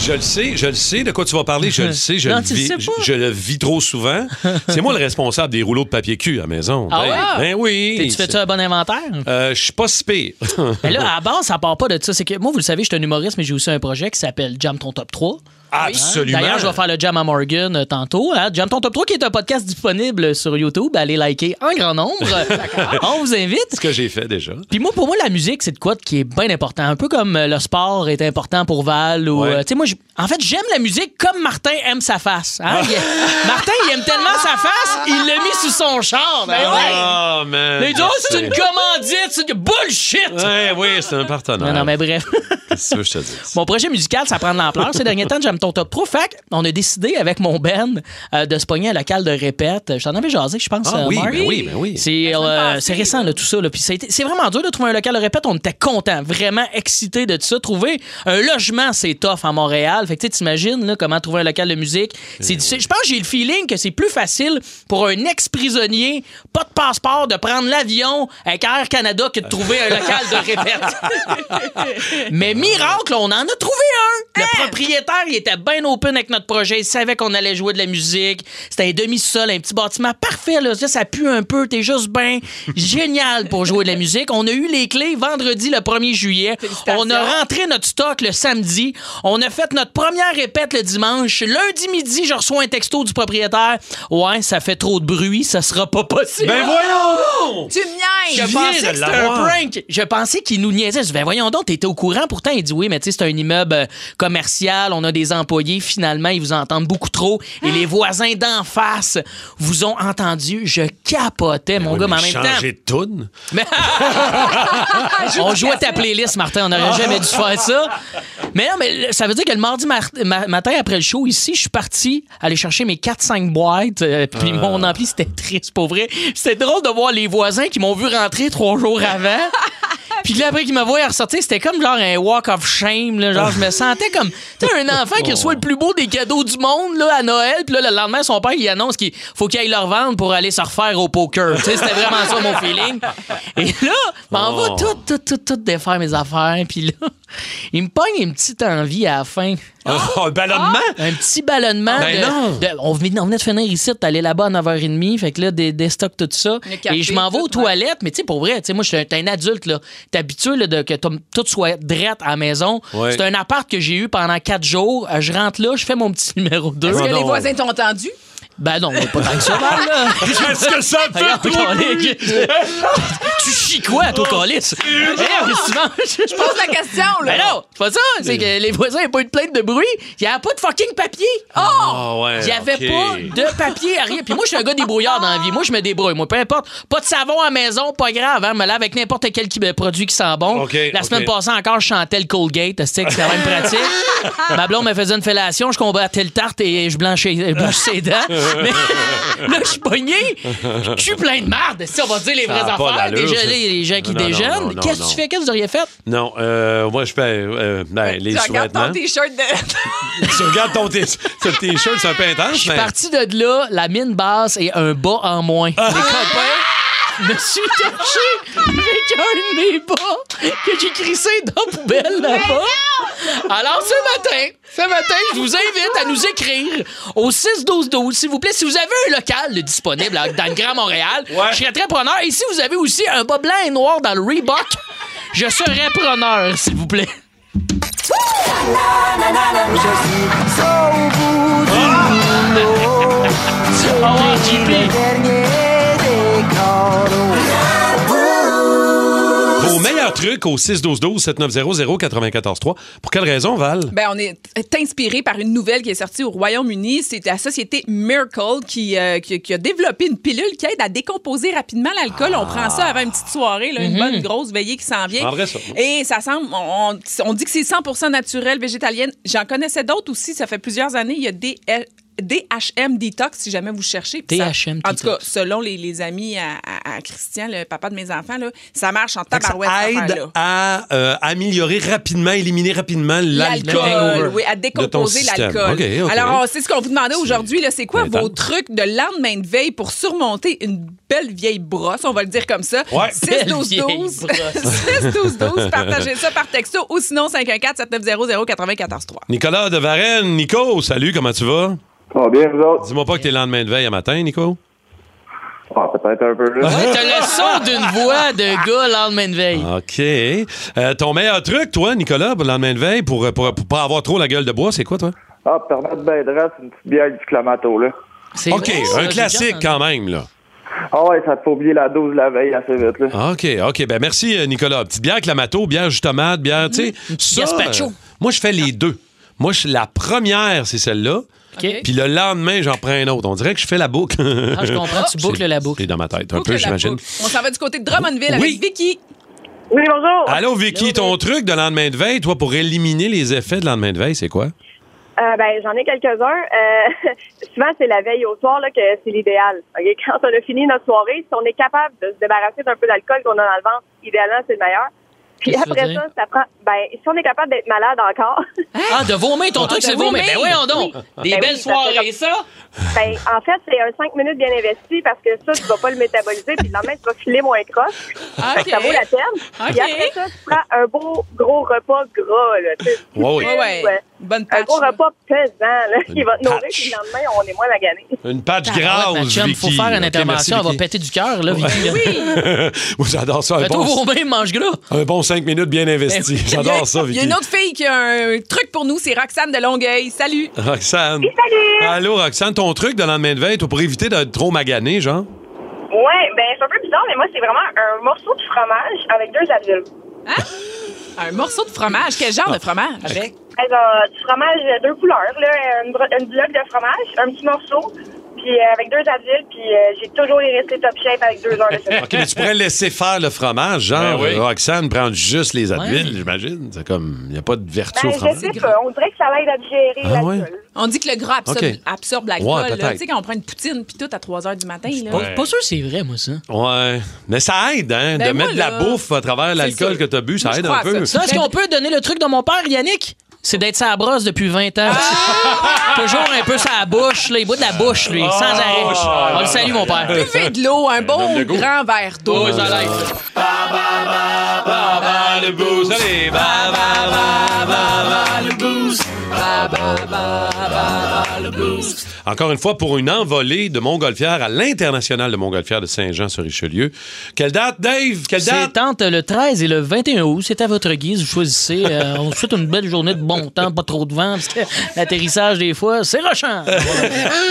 [SPEAKER 2] Je le sais, je le sais de quoi tu vas
[SPEAKER 1] (laughs)
[SPEAKER 2] parler, je le sais, je,
[SPEAKER 1] Non,
[SPEAKER 2] le,
[SPEAKER 1] tu le
[SPEAKER 2] vis,
[SPEAKER 1] sais pas.
[SPEAKER 2] je, je le vis trop souvent.
[SPEAKER 1] (laughs)
[SPEAKER 2] C'est moi le responsable des rouleaux de papier cul à la maison.
[SPEAKER 1] Ah
[SPEAKER 2] ben,
[SPEAKER 1] ouais?
[SPEAKER 2] ben oui.
[SPEAKER 1] T'es- Tu fais-tu un bon inventaire?
[SPEAKER 2] Euh, je suis pas si pire. (laughs)
[SPEAKER 1] Mais là, à la base, ça part pas de ça. C'est que moi, vous le savez, je suis un humoriste, mais j'ai aussi un projet qui s'appelle Jam ton top 3.
[SPEAKER 2] Ah, Absolument.
[SPEAKER 1] D'ailleurs, je vais faire le Jam à Morgan euh, tantôt. hein. Jam ton top 3 qui est un podcast disponible sur YouTube. Allez liker en grand
[SPEAKER 2] (laughs)
[SPEAKER 1] nombre. (laughs) On vous invite.
[SPEAKER 2] Ce que j'ai fait déjà.
[SPEAKER 1] Puis moi, pour moi, la musique, c'est de quoi qui est bien important. Un peu comme euh, le sport est important pour Val. Ou,
[SPEAKER 2] Ouais.
[SPEAKER 1] euh, tu sais, moi, j'- en fait, j'aime la musique comme Martin aime sa face.
[SPEAKER 2] Ah.
[SPEAKER 1] hein. Il- Martin, il aime tellement sa face, il l'a mis sous son char. Ben ouais.
[SPEAKER 2] Oh, man.
[SPEAKER 1] Mais il dit, oh, c'est une commandite, c'est du bullshit.
[SPEAKER 2] Ouais, oui, c'est un partenaire.
[SPEAKER 1] Non, non, mais bref. (laughs)
[SPEAKER 2] Qu'est-ce que tu veux que je te dise?
[SPEAKER 1] Mon projet musical, ça prend de l'ampleur. Ces derniers temps, j'aime ton top pro. Fait on a décidé avec mon band euh, de se pogner un local de répète. Je t'en avais jasé, je pense.
[SPEAKER 2] Ah
[SPEAKER 1] euh,
[SPEAKER 2] oui,
[SPEAKER 1] Marc.
[SPEAKER 2] ben oui, ben oui.
[SPEAKER 1] C'est euh, c'est récent, là, tout ça. là. Puis ça a été- c'est vraiment dur de trouver un local de répète. On était contents, vraiment excités de tout ça. Trouver un logement, c'est tough à Montréal. Fait que tu sais, t'imagines là, comment trouver un local de musique.
[SPEAKER 2] Ben
[SPEAKER 1] C'est difficile. Je pense que j'ai le feeling que c'est plus facile pour un ex-prisonnier, pas de passeport, de prendre l'avion avec Air Canada que de trouver un local de répète.
[SPEAKER 2] (laughs)
[SPEAKER 1] Mais miracle, on en a trouvé un. Le propriétaire, il était bien open avec notre projet. Il savait qu'on allait jouer de la musique. C'était un demi-sol, un petit bâtiment parfait. Là. Ça, ça pue un peu. T'es juste bien génial pour jouer de la musique. On a eu les clés vendredi, le 1er juillet. On a rentré notre stock le samedi. On a fait notre première répète le dimanche. Lundi midi, je reçois un texto du propriétaire. Ouais, ça fait trop de bruit. Ça sera pas possible.
[SPEAKER 3] Ben voyons donc! Tu me niaises!
[SPEAKER 1] Je
[SPEAKER 3] Tu viens
[SPEAKER 1] pensais
[SPEAKER 3] de
[SPEAKER 1] que c'était un
[SPEAKER 3] l'avoir.
[SPEAKER 1] prank. Je pensais qu'il nous niaisait. Je dis, ben voyons donc, t'étais au courant. Pourtant, il dit, oui, mais tu sais, c'est un immeuble euh, commercial, on a des employés. Finalement, ils vous entendent beaucoup trop. Et les voisins d'en face vous ont entendu. Je capotais,
[SPEAKER 3] Ben
[SPEAKER 1] mon gars, mais en même temps.
[SPEAKER 2] Changer de toune.
[SPEAKER 1] Mais- on jouait ta playlist, Martin. On n'aurait jamais dû faire ça. Mais non, mais le- ça veut dire que le mardi mar- ma- matin après le show ici, je suis parti aller chercher mes 4-5 boîtes. euh, puis
[SPEAKER 2] Ah.
[SPEAKER 1] mon ampli, c'était triste, pour vrai. C'était drôle de voir les voisins qui m'ont vu rentrer trois jours avant. Puis là, après qu'ils me voyaient ressortir, c'était comme genre un walk of shame. là. genre, je me sentais comme tu sais, un enfant qui reçoit le plus beau des cadeaux du monde là, à Noël. Puis là, le lendemain, son père, il annonce qu'il faut qu'il aille leur vendre pour aller se refaire au poker. Tu sais, c'était vraiment ça mon feeling. Et là, m'en va
[SPEAKER 7] Oh.
[SPEAKER 1] tout, tout, tout, tout défaire mes affaires. Puis là, il me pogne une petite envie à la fin.
[SPEAKER 2] Ah,
[SPEAKER 1] Ah!
[SPEAKER 2] un ballonnement?
[SPEAKER 1] Un petit ballonnement.
[SPEAKER 2] Ben
[SPEAKER 1] de-
[SPEAKER 2] non.
[SPEAKER 1] de- on, venait, on venait de finir ici, t'allais là-bas à 9h30. Fait que là, des, des stocks, tout ça.
[SPEAKER 3] Le café,
[SPEAKER 1] et je m'en vais aux toilettes. Mais tu sais, pour vrai, tu sais, moi, je suis un, t'es un adulte. là. T'es habitué là, de, que ton- tout soit drette à la maison.
[SPEAKER 3] Ouais.
[SPEAKER 1] C'est un appart que j'ai eu pendant 4 jours. Euh, Je rentre là, je fais mon petit numéro 2.
[SPEAKER 3] Est-ce que les voisins t'ont entendu?
[SPEAKER 1] Ben non, mais pas tant que
[SPEAKER 3] (laughs)
[SPEAKER 1] ça, mal, là.
[SPEAKER 3] Qu'est-ce que ça fait,
[SPEAKER 1] Regarde,
[SPEAKER 3] toi,
[SPEAKER 1] Calice. Tu chies quoi,
[SPEAKER 3] Oh,
[SPEAKER 1] toi, Calice? Regarde, qu'est-ce que tu manges?
[SPEAKER 3] Je pose la question, là.
[SPEAKER 1] Ben non, c'est pas ça. C'est que les voisins n'avaient pas eu de plainte de bruit. Il n'y avait pas de fucking papier.
[SPEAKER 2] Ah,
[SPEAKER 1] Oh!
[SPEAKER 2] ouais,
[SPEAKER 1] Il n'y avait
[SPEAKER 2] ok.
[SPEAKER 1] pas de papier à rien. Puis moi, je suis un gars débrouillard dans la vie. Moi, je me débrouille. Moi, peu importe. Pas de savon à la maison, pas grave. Hein, me lave avec n'importe quel qui- ben, produit qui sent bon. la
[SPEAKER 2] ok.
[SPEAKER 1] semaine passée, encore, je chantais le Colgate. C'était quand même pratique. Ma blonde me faisait une fellation. Je combattais le tarte et je blanchais, je blanchissais
[SPEAKER 2] (laughs)
[SPEAKER 1] les dents. Mais là, je suis pogné. Je suis plein de marde. Si on va dire les
[SPEAKER 2] Ça
[SPEAKER 1] vraies
[SPEAKER 2] a pas
[SPEAKER 1] affaires,
[SPEAKER 2] d'allure,
[SPEAKER 1] déjà,
[SPEAKER 2] ça.
[SPEAKER 1] les les gens qui
[SPEAKER 2] Non, non, non,
[SPEAKER 1] déjeunent.
[SPEAKER 2] non,
[SPEAKER 1] Qu'est-ce que
[SPEAKER 2] non.
[SPEAKER 1] tu fais? Qu'est-ce que vous auriez fait?
[SPEAKER 2] Non, euh, moi, je fais euh, ben, les
[SPEAKER 3] Tu regardes ton
[SPEAKER 1] Hein?
[SPEAKER 2] sous-vêtements.
[SPEAKER 3] t-shirt de. (laughs)
[SPEAKER 2] Tu regardes ton t- ce t-shirt, c'est un peu intense.
[SPEAKER 1] Je suis
[SPEAKER 2] mais-
[SPEAKER 1] parti de là, la mine basse et un bas en moins. Les copains me suis caché avec un de mes bas que j'ai crissé dans la poubelle là-bas. Alors ce matin, ce matin, je vous invite à nous écrire au 6-12-12, s'il vous plaît, si vous avez un local de disponible à- dans le Grand Montréal, je serais très preneur. Et si vous avez aussi un bas blanc et noir dans le Reebok, je serais preneur, s'il vous plaît.
[SPEAKER 7] Je suis ça au bout du rouleau. Je suis le dernier des cordeaux.
[SPEAKER 2] Pour vos meilleurs trucs au 612-12-7900-943. Pour quelle raison, Val?
[SPEAKER 3] Ben, on est inspiré par une nouvelle qui est sortie au Royaume-Uni. C'est la société Miracle qui, euh, qui, qui a développé une pilule qui aide à décomposer rapidement l'alcool. On prend ça avant une petite soirée, là, une
[SPEAKER 2] Mhm.
[SPEAKER 3] bonne grosse veillée qui s'en vient.
[SPEAKER 2] En vrai, ça.
[SPEAKER 3] Et ça semble, on, on dit que c'est 100 naturel, végétalienne. J'en connaissais d'autres aussi, ça fait plusieurs années. Il y a des. DHM Detox, si jamais vous cherchez. Puis ça-
[SPEAKER 1] DHM
[SPEAKER 3] En tout cas, selon les, les amis à, à- à Christian, le papa de mes enfants, là, ça marche en
[SPEAKER 2] Fait que ça
[SPEAKER 3] tabarouette. cette
[SPEAKER 2] aide
[SPEAKER 3] affaire-là.
[SPEAKER 2] à euh, améliorer rapidement, éliminer rapidement l'alcool.
[SPEAKER 3] L'alcool, oui, à
[SPEAKER 2] de ton
[SPEAKER 3] décomposer
[SPEAKER 2] système.
[SPEAKER 3] l'alcool.
[SPEAKER 2] OK, OK.
[SPEAKER 3] Alors, on- c'est ce qu'on vous demandait aujourd'hui. là, C'est quoi
[SPEAKER 2] intense.
[SPEAKER 3] vos trucs de lendemain de veille pour surmonter une belle vieille brosse, on va le dire comme ça?
[SPEAKER 2] Ouais.
[SPEAKER 3] (laughs) 6-12-12.
[SPEAKER 2] Belle vieille brosse.
[SPEAKER 3] 6-12-12, partagez ça par texto ou sinon 514-7900-943.
[SPEAKER 2] Nicolas de Varennes, Nico, salut, comment tu vas?
[SPEAKER 8] Ça va Ah, bien, vous autres?
[SPEAKER 2] Dis-moi pas que t'es le lendemain de veille à matin, Nico.
[SPEAKER 8] Ah, peut-être un peu. là.
[SPEAKER 1] T'as le son d'une voix de gars lendemain de veille.
[SPEAKER 2] OK. Euh, ton meilleur truc, toi, Nicolas, pour le lendemain de veille, pour, pour, pour pas avoir trop la gueule de bois, c'est quoi, toi?
[SPEAKER 8] Ah, permettre de bien dresse, une petite bière du Clamato, là.
[SPEAKER 2] OK, un classique quand même, là.
[SPEAKER 8] Ah ouais, ça te fait oublier la dose la veille assez vite, là.
[SPEAKER 2] OK, OK. Ben merci, euh, Nicolas. Petite bière clamato, bière jus tomate, bière, tu sais. ça, euh,
[SPEAKER 8] gazpacho.
[SPEAKER 2] moi, je fais les deux. Moi, je- la première, c'est celle-là.
[SPEAKER 1] OK.
[SPEAKER 2] Puis le lendemain, j'en prends un autre. On dirait que je fais la boucle.
[SPEAKER 1] Ah, je comprends,
[SPEAKER 2] (laughs)
[SPEAKER 1] tu boucles
[SPEAKER 2] la boucle. C'est dans ma tête, un peu,
[SPEAKER 3] la
[SPEAKER 2] j'imagine.
[SPEAKER 3] On s'en va du côté de Drummondville
[SPEAKER 2] Oui.
[SPEAKER 3] avec Vicky.
[SPEAKER 13] Oui, bonjour.
[SPEAKER 2] Allô, Vicky, ton truc de lendemain de veille, toi, pour éliminer les effets de lendemain de veille, c'est quoi?
[SPEAKER 13] Euh, ben, j'en ai quelques-uns. Euh, (laughs) souvent, c'est la veille au soir là, que c'est l'idéal. OK? (laughs) Quand on a fini notre soirée, si on est capable de se débarrasser d'un peu d'alcool qu'on a dans le ventre, idéalement, c'est le meilleur. Puis
[SPEAKER 1] Qu'est-ce que tu
[SPEAKER 13] après
[SPEAKER 1] veux
[SPEAKER 13] ça, ça prend. Ben, si on est capable d'être malade encore. (laughs)
[SPEAKER 1] Ah, de vomir, ton truc, c'est
[SPEAKER 13] de
[SPEAKER 1] vomir.
[SPEAKER 13] vomir.
[SPEAKER 1] Ben voyons donc.
[SPEAKER 13] Oui.
[SPEAKER 1] Des
[SPEAKER 13] Ben
[SPEAKER 1] belles
[SPEAKER 13] oui, ça
[SPEAKER 1] soirées,
[SPEAKER 13] fait
[SPEAKER 1] ça.
[SPEAKER 13] ben, en fait, c'est un 5 minutes bien investi parce que ça, tu vas pas le métaboliser, puis le lendemain, tu vas filer moins croche. Fait que Ah, Ça vaut la peine. Puis
[SPEAKER 3] OK.
[SPEAKER 13] après ça, tu prends un beau gros repas gras, là. tu sais,
[SPEAKER 2] Ouais, ouais.
[SPEAKER 13] sucre,
[SPEAKER 2] Ouais,
[SPEAKER 3] ouais. Bonne
[SPEAKER 13] Un gros repas pesant, là, qui
[SPEAKER 2] Une
[SPEAKER 13] va te nourrir,
[SPEAKER 2] patch.
[SPEAKER 13] puis le lendemain, on est moins magané.
[SPEAKER 2] Une patch
[SPEAKER 1] Ah,
[SPEAKER 2] grasse,
[SPEAKER 1] ouais, ma chum, faut
[SPEAKER 2] Vicky.
[SPEAKER 1] faire une
[SPEAKER 2] OK, merci,
[SPEAKER 1] intervention, elle va
[SPEAKER 2] Vicky.
[SPEAKER 1] péter du cœur, là, Vicky. là.
[SPEAKER 2] (laughs) Moi, j'adore ça. Un
[SPEAKER 1] Fais-toi
[SPEAKER 2] bon,
[SPEAKER 1] vomir, mange gras.
[SPEAKER 2] un bon cinq minutes bien investi. J'adore ça,
[SPEAKER 3] Il y a
[SPEAKER 2] Vicky.
[SPEAKER 3] une autre fille qui a un truc pour nous, c'est Roxane de Longueuil. Salut.
[SPEAKER 2] Roxane.
[SPEAKER 13] salut!
[SPEAKER 2] Allô, Roxane, ton truc de lendemain de veille, toi, pour éviter d'être trop magané, genre?
[SPEAKER 13] Ouais, ben c'est un peu bizarre, mais moi c'est vraiment un morceau de fromage avec deux adultes.
[SPEAKER 3] Un morceau de fromage. Quel genre
[SPEAKER 2] Ah.
[SPEAKER 3] de fromage? Avec.
[SPEAKER 13] Alors, ben, du fromage de deux couleurs, là, une, bro- une bloc de fromage, un petit morceau, puis euh, avec deux adultes, puis euh, j'ai toujours les restés top shape avec
[SPEAKER 2] (laughs)
[SPEAKER 13] deux heures de semaine.
[SPEAKER 2] OK, mais tu pourrais laisser faire le fromage, genre
[SPEAKER 7] Ben oui.
[SPEAKER 2] Roxane prendre juste les adultes,
[SPEAKER 3] Ouais.
[SPEAKER 2] j'imagine. C'est comme, il n'y a pas de vertu
[SPEAKER 13] Ben,
[SPEAKER 2] au fromage.
[SPEAKER 13] je sais pas, on dirait que ça l'aide à digérer
[SPEAKER 2] hein? Ah
[SPEAKER 13] l'alcool.
[SPEAKER 2] ouais?
[SPEAKER 3] On dit que le gras absorbe,
[SPEAKER 2] Ok.
[SPEAKER 3] absorbe l'alcool.
[SPEAKER 2] Ouais,
[SPEAKER 3] là.
[SPEAKER 2] peut-être.
[SPEAKER 3] tu sais, quand on prend une poutine puis tout à 3 h du matin. Là.
[SPEAKER 2] pas- Ouais. pas
[SPEAKER 1] sûr que c'est vrai, moi, ça.
[SPEAKER 2] Ouais. Mais ça aide, hein,
[SPEAKER 3] Ben
[SPEAKER 2] de
[SPEAKER 3] moi,
[SPEAKER 2] mettre de la
[SPEAKER 3] là,
[SPEAKER 2] bouffe à travers l'alcool
[SPEAKER 3] sûr.
[SPEAKER 2] que t'as bu, ça aide un peu.
[SPEAKER 1] Ça, est-ce qu'on peut donner le truc de mon père, Yannick? C'est d'être sa brosse depuis 20 ans.
[SPEAKER 2] Ah!
[SPEAKER 1] Toujours un peu sa bouche, là. Il boit de la bouche, lui, sans arrêt. On le salue, mon père.
[SPEAKER 2] Ah!
[SPEAKER 3] Buvez de l'eau,
[SPEAKER 2] Euh,
[SPEAKER 3] un bon grand verre d'eau.
[SPEAKER 1] Oui, ça l'aide.
[SPEAKER 2] le boost. Allez, ba, ba, ba, ba, ba, le boost. Ba, ba, ba, ba, ba, le boost. Encore une fois, pour une envolée de Montgolfière à l'international de Montgolfière de Saint-Jean-sur-Richelieu. Quelle date, Dave? Quelle
[SPEAKER 1] C'est
[SPEAKER 2] date?
[SPEAKER 1] entre le 13 et le 21 août. C'est à votre guise. Vous choisissez. Euh, on vous souhaite une belle journée de bon temps, pas trop de vent, parce que l'atterrissage, des fois, c'est rochant.
[SPEAKER 2] (laughs)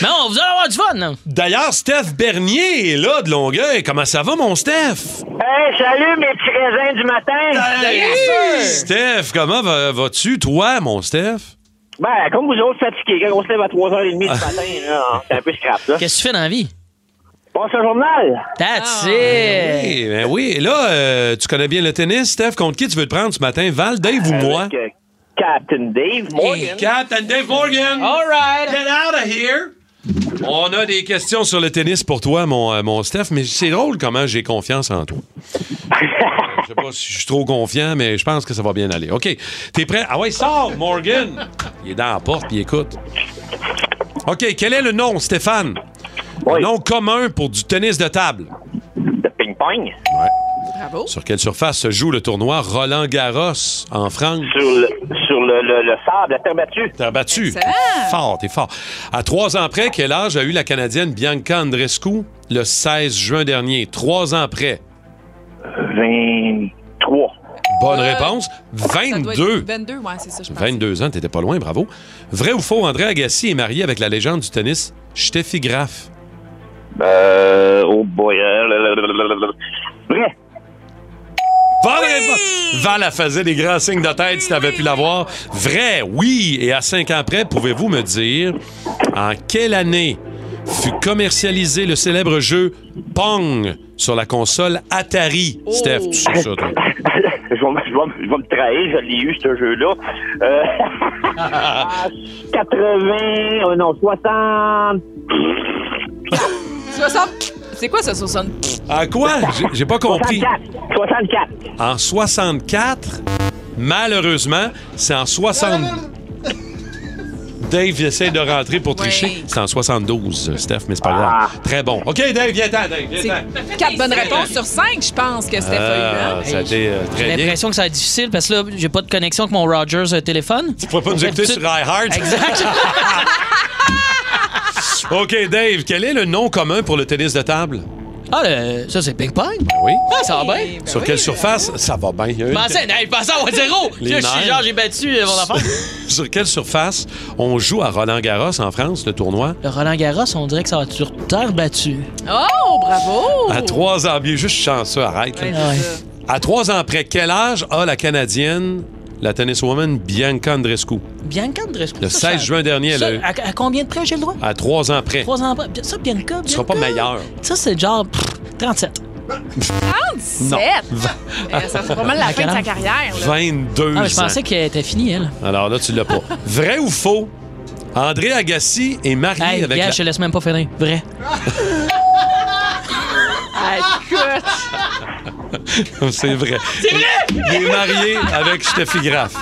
[SPEAKER 1] Mais on, vous allez avoir du fun. hein. non?
[SPEAKER 2] D'ailleurs, Steph Bernier est là de Longueuil. Comment ça va, mon Steph?
[SPEAKER 14] Hey, salut mes petits raisins du matin.
[SPEAKER 2] Steph, comment va- vas-tu, toi, mon Steph?
[SPEAKER 14] Ben, comme vous autres fatigués, quand on se lève à 3h30 du matin, là, hein, c'est un peu scrap, là.
[SPEAKER 1] Qu'est-ce que tu fais dans la vie?
[SPEAKER 14] Passe un journal.
[SPEAKER 1] That's
[SPEAKER 2] Eh
[SPEAKER 1] it.
[SPEAKER 2] ben oui. Et là, euh, tu connais bien le tennis, Steph. Contre qui tu veux te prendre ce matin? Val, Dave ou moi?
[SPEAKER 14] Avec, euh, Captain Dave Morgan.
[SPEAKER 2] Captain Dave Morgan.
[SPEAKER 1] All right.
[SPEAKER 2] Get out of here. On a des questions sur le tennis pour toi, mon, euh, mon Steph, mais c'est drôle comment j'ai confiance en toi. je sais pas si je suis trop confiant, mais je pense que ça va bien aller. OK. T'es prêt? Ah ouais, sors, Morgan! Il est dans la porte, puis il écoute. OK, quel est le nom, Stéphane? Le nom commun pour du tennis de table.
[SPEAKER 14] De ping-pong.
[SPEAKER 3] Bravo.
[SPEAKER 2] Sur quelle surface se joue le tournoi Roland Garros en France?
[SPEAKER 14] Sur le, sur le, le, le sable, la terre battue.
[SPEAKER 2] T'as battu.
[SPEAKER 14] Excellent.
[SPEAKER 2] T'es Fort, t'es fort. À trois ans près, quel âge a eu la Canadienne Bianca Andreescu le 16 juin dernier? Trois ans près.
[SPEAKER 14] 23.
[SPEAKER 2] Bonne réponse.
[SPEAKER 3] Ça doit être
[SPEAKER 2] 22.
[SPEAKER 3] 22, ouais, c'est ça, je pense.
[SPEAKER 2] 22 ans, t'étais pas loin, bravo. Vrai ou faux, André Agassi est marié avec la légende du tennis Steffi Graf.
[SPEAKER 14] Euh, oh boy. euh, le- le- le- le- le- le- Vrai.
[SPEAKER 2] Val, elle faisait des grands signes de tête si t'avais pu l'avoir. Vrai, oui. Et à cinq ans après, pouvez-vous me dire en quelle année fut commercialisé le célèbre jeu Pong sur la console Atari? Steph, tu sais ça, toi?
[SPEAKER 14] je, vais, me- je vais me- je vais me trahir, je l'ai eu, ce jeu-là. Euh, ah, 80, oh non, 60.
[SPEAKER 3] 60. C'est quoi ça, 60?
[SPEAKER 2] En quoi? J'ai- J'ai pas compris.
[SPEAKER 14] 64. 64.
[SPEAKER 2] En 64, malheureusement, c'est en 60. Dave essaie de rentrer pour tricher. C'est en 72, Steph, mais c'est pas grave. Très bon. OK, Dave, viens-t'en, Dave,
[SPEAKER 3] C'est
[SPEAKER 2] viens-t'en.
[SPEAKER 3] quatre bonnes réponses sur cinq, je pense, que Steph a eu. hein?
[SPEAKER 2] Ah, ça a été euh,
[SPEAKER 1] J'ai
[SPEAKER 2] très bien.
[SPEAKER 1] l'impression que ça va être difficile parce que là, j'ai pas de connexion avec mon Rogers euh, téléphone. Tu
[SPEAKER 2] pourrais pas nous écouter sur
[SPEAKER 1] (laughs)
[SPEAKER 2] iHeart.
[SPEAKER 1] Exact.
[SPEAKER 2] (laughs) OK, Dave, quel est le nom commun pour le tennis de table?
[SPEAKER 1] Ah, le- ça, c'est ping-pong?
[SPEAKER 2] Oui.
[SPEAKER 1] Ah, ça va bien.
[SPEAKER 2] Sur quelle surface? Ça va bien. Il y a
[SPEAKER 1] Je
[SPEAKER 2] une-
[SPEAKER 1] pensais, hey, je pensais avoir zéro.
[SPEAKER 2] Les
[SPEAKER 1] Là, je
[SPEAKER 2] nerfs.
[SPEAKER 1] suis genre, j'ai battu euh, mon affaire.
[SPEAKER 2] Sur quelle surface on joue à Roland-Garros en France, le tournoi?
[SPEAKER 1] Le Roland Garros, on dirait que ça va être sur terre battue.
[SPEAKER 3] Oh, bravo! Euh,
[SPEAKER 2] À trois ans, bien juste chanceux, arrête. là.
[SPEAKER 1] Ouais.
[SPEAKER 2] À trois ans après, quel âge a la Canadienne, la tenniswoman Bianca Andreescu?
[SPEAKER 1] Bianca Andreescu.
[SPEAKER 2] Le
[SPEAKER 1] ça, ça-
[SPEAKER 2] 16 juin dernier,
[SPEAKER 1] ça,
[SPEAKER 2] elle a eu-
[SPEAKER 1] à, à combien de près j'ai le droit?
[SPEAKER 2] à trois ans après.
[SPEAKER 1] Trois ans après. Ça, Bianca.
[SPEAKER 2] Tu seras pas
[SPEAKER 1] Bianca, Ah,
[SPEAKER 2] meilleur.
[SPEAKER 1] Ça, c'est genre pff, 37.
[SPEAKER 3] 37! Euh, Ça, c'est pas mal la
[SPEAKER 1] À
[SPEAKER 3] fin
[SPEAKER 1] quel
[SPEAKER 3] de sa
[SPEAKER 1] âge?
[SPEAKER 3] carrière. là.
[SPEAKER 2] 22
[SPEAKER 1] Ah, mais je
[SPEAKER 2] ans.
[SPEAKER 1] pensais qu'elle était finie, elle.
[SPEAKER 2] Alors là, tu l'as pas. Vrai ou faux? André Agassi est marié
[SPEAKER 1] Hey,
[SPEAKER 2] avec
[SPEAKER 1] gars,
[SPEAKER 2] la...
[SPEAKER 1] je te laisse même pas finir. Vrai.
[SPEAKER 3] Ah, écoute!
[SPEAKER 2] (laughs) C'est vrai.
[SPEAKER 3] C'est vrai!
[SPEAKER 2] Il est marié avec Steffi Graff.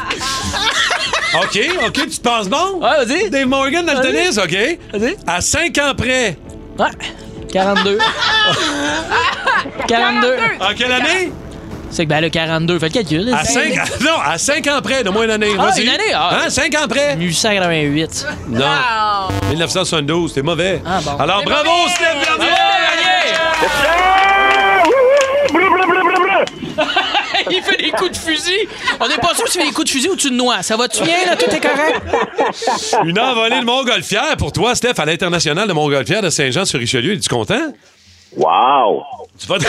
[SPEAKER 2] OK, OK, tu te penses bon?
[SPEAKER 1] Ouais, vas-y.
[SPEAKER 2] Dave Morgan dans le
[SPEAKER 1] Vas-y.
[SPEAKER 2] tennis, OK?
[SPEAKER 1] Vas-y.
[SPEAKER 2] À 5 ans près.
[SPEAKER 1] Ouais.
[SPEAKER 2] (laughs)
[SPEAKER 1] 42. 42.
[SPEAKER 2] En quelle année?
[SPEAKER 1] C'est que, ben, le 42, fais le calcul.
[SPEAKER 2] À 5 Non, à 5 ans près, donne-moi une année.
[SPEAKER 1] Ah,
[SPEAKER 2] Vas-y.
[SPEAKER 1] une année, ah.
[SPEAKER 2] Hein, 5 ans près.
[SPEAKER 1] 1888.
[SPEAKER 2] Non. 1972, t'es mauvais.
[SPEAKER 1] Ah, bon.
[SPEAKER 2] Alors, bravo, Steph Bernier!
[SPEAKER 1] (laughs) il fait des coups de fusil. On n'est pas sûr s'il fait des coups de fusil ou tu le noies. Ça va-tu bien, là? Tout est correct? Ah.
[SPEAKER 2] Une envolée de Montgolfière pour toi, Steph, à l'international de Montgolfière de Saint-Jean-sur-Richelieu. Es-tu content?
[SPEAKER 14] Wow!
[SPEAKER 2] Tu vas... (laughs)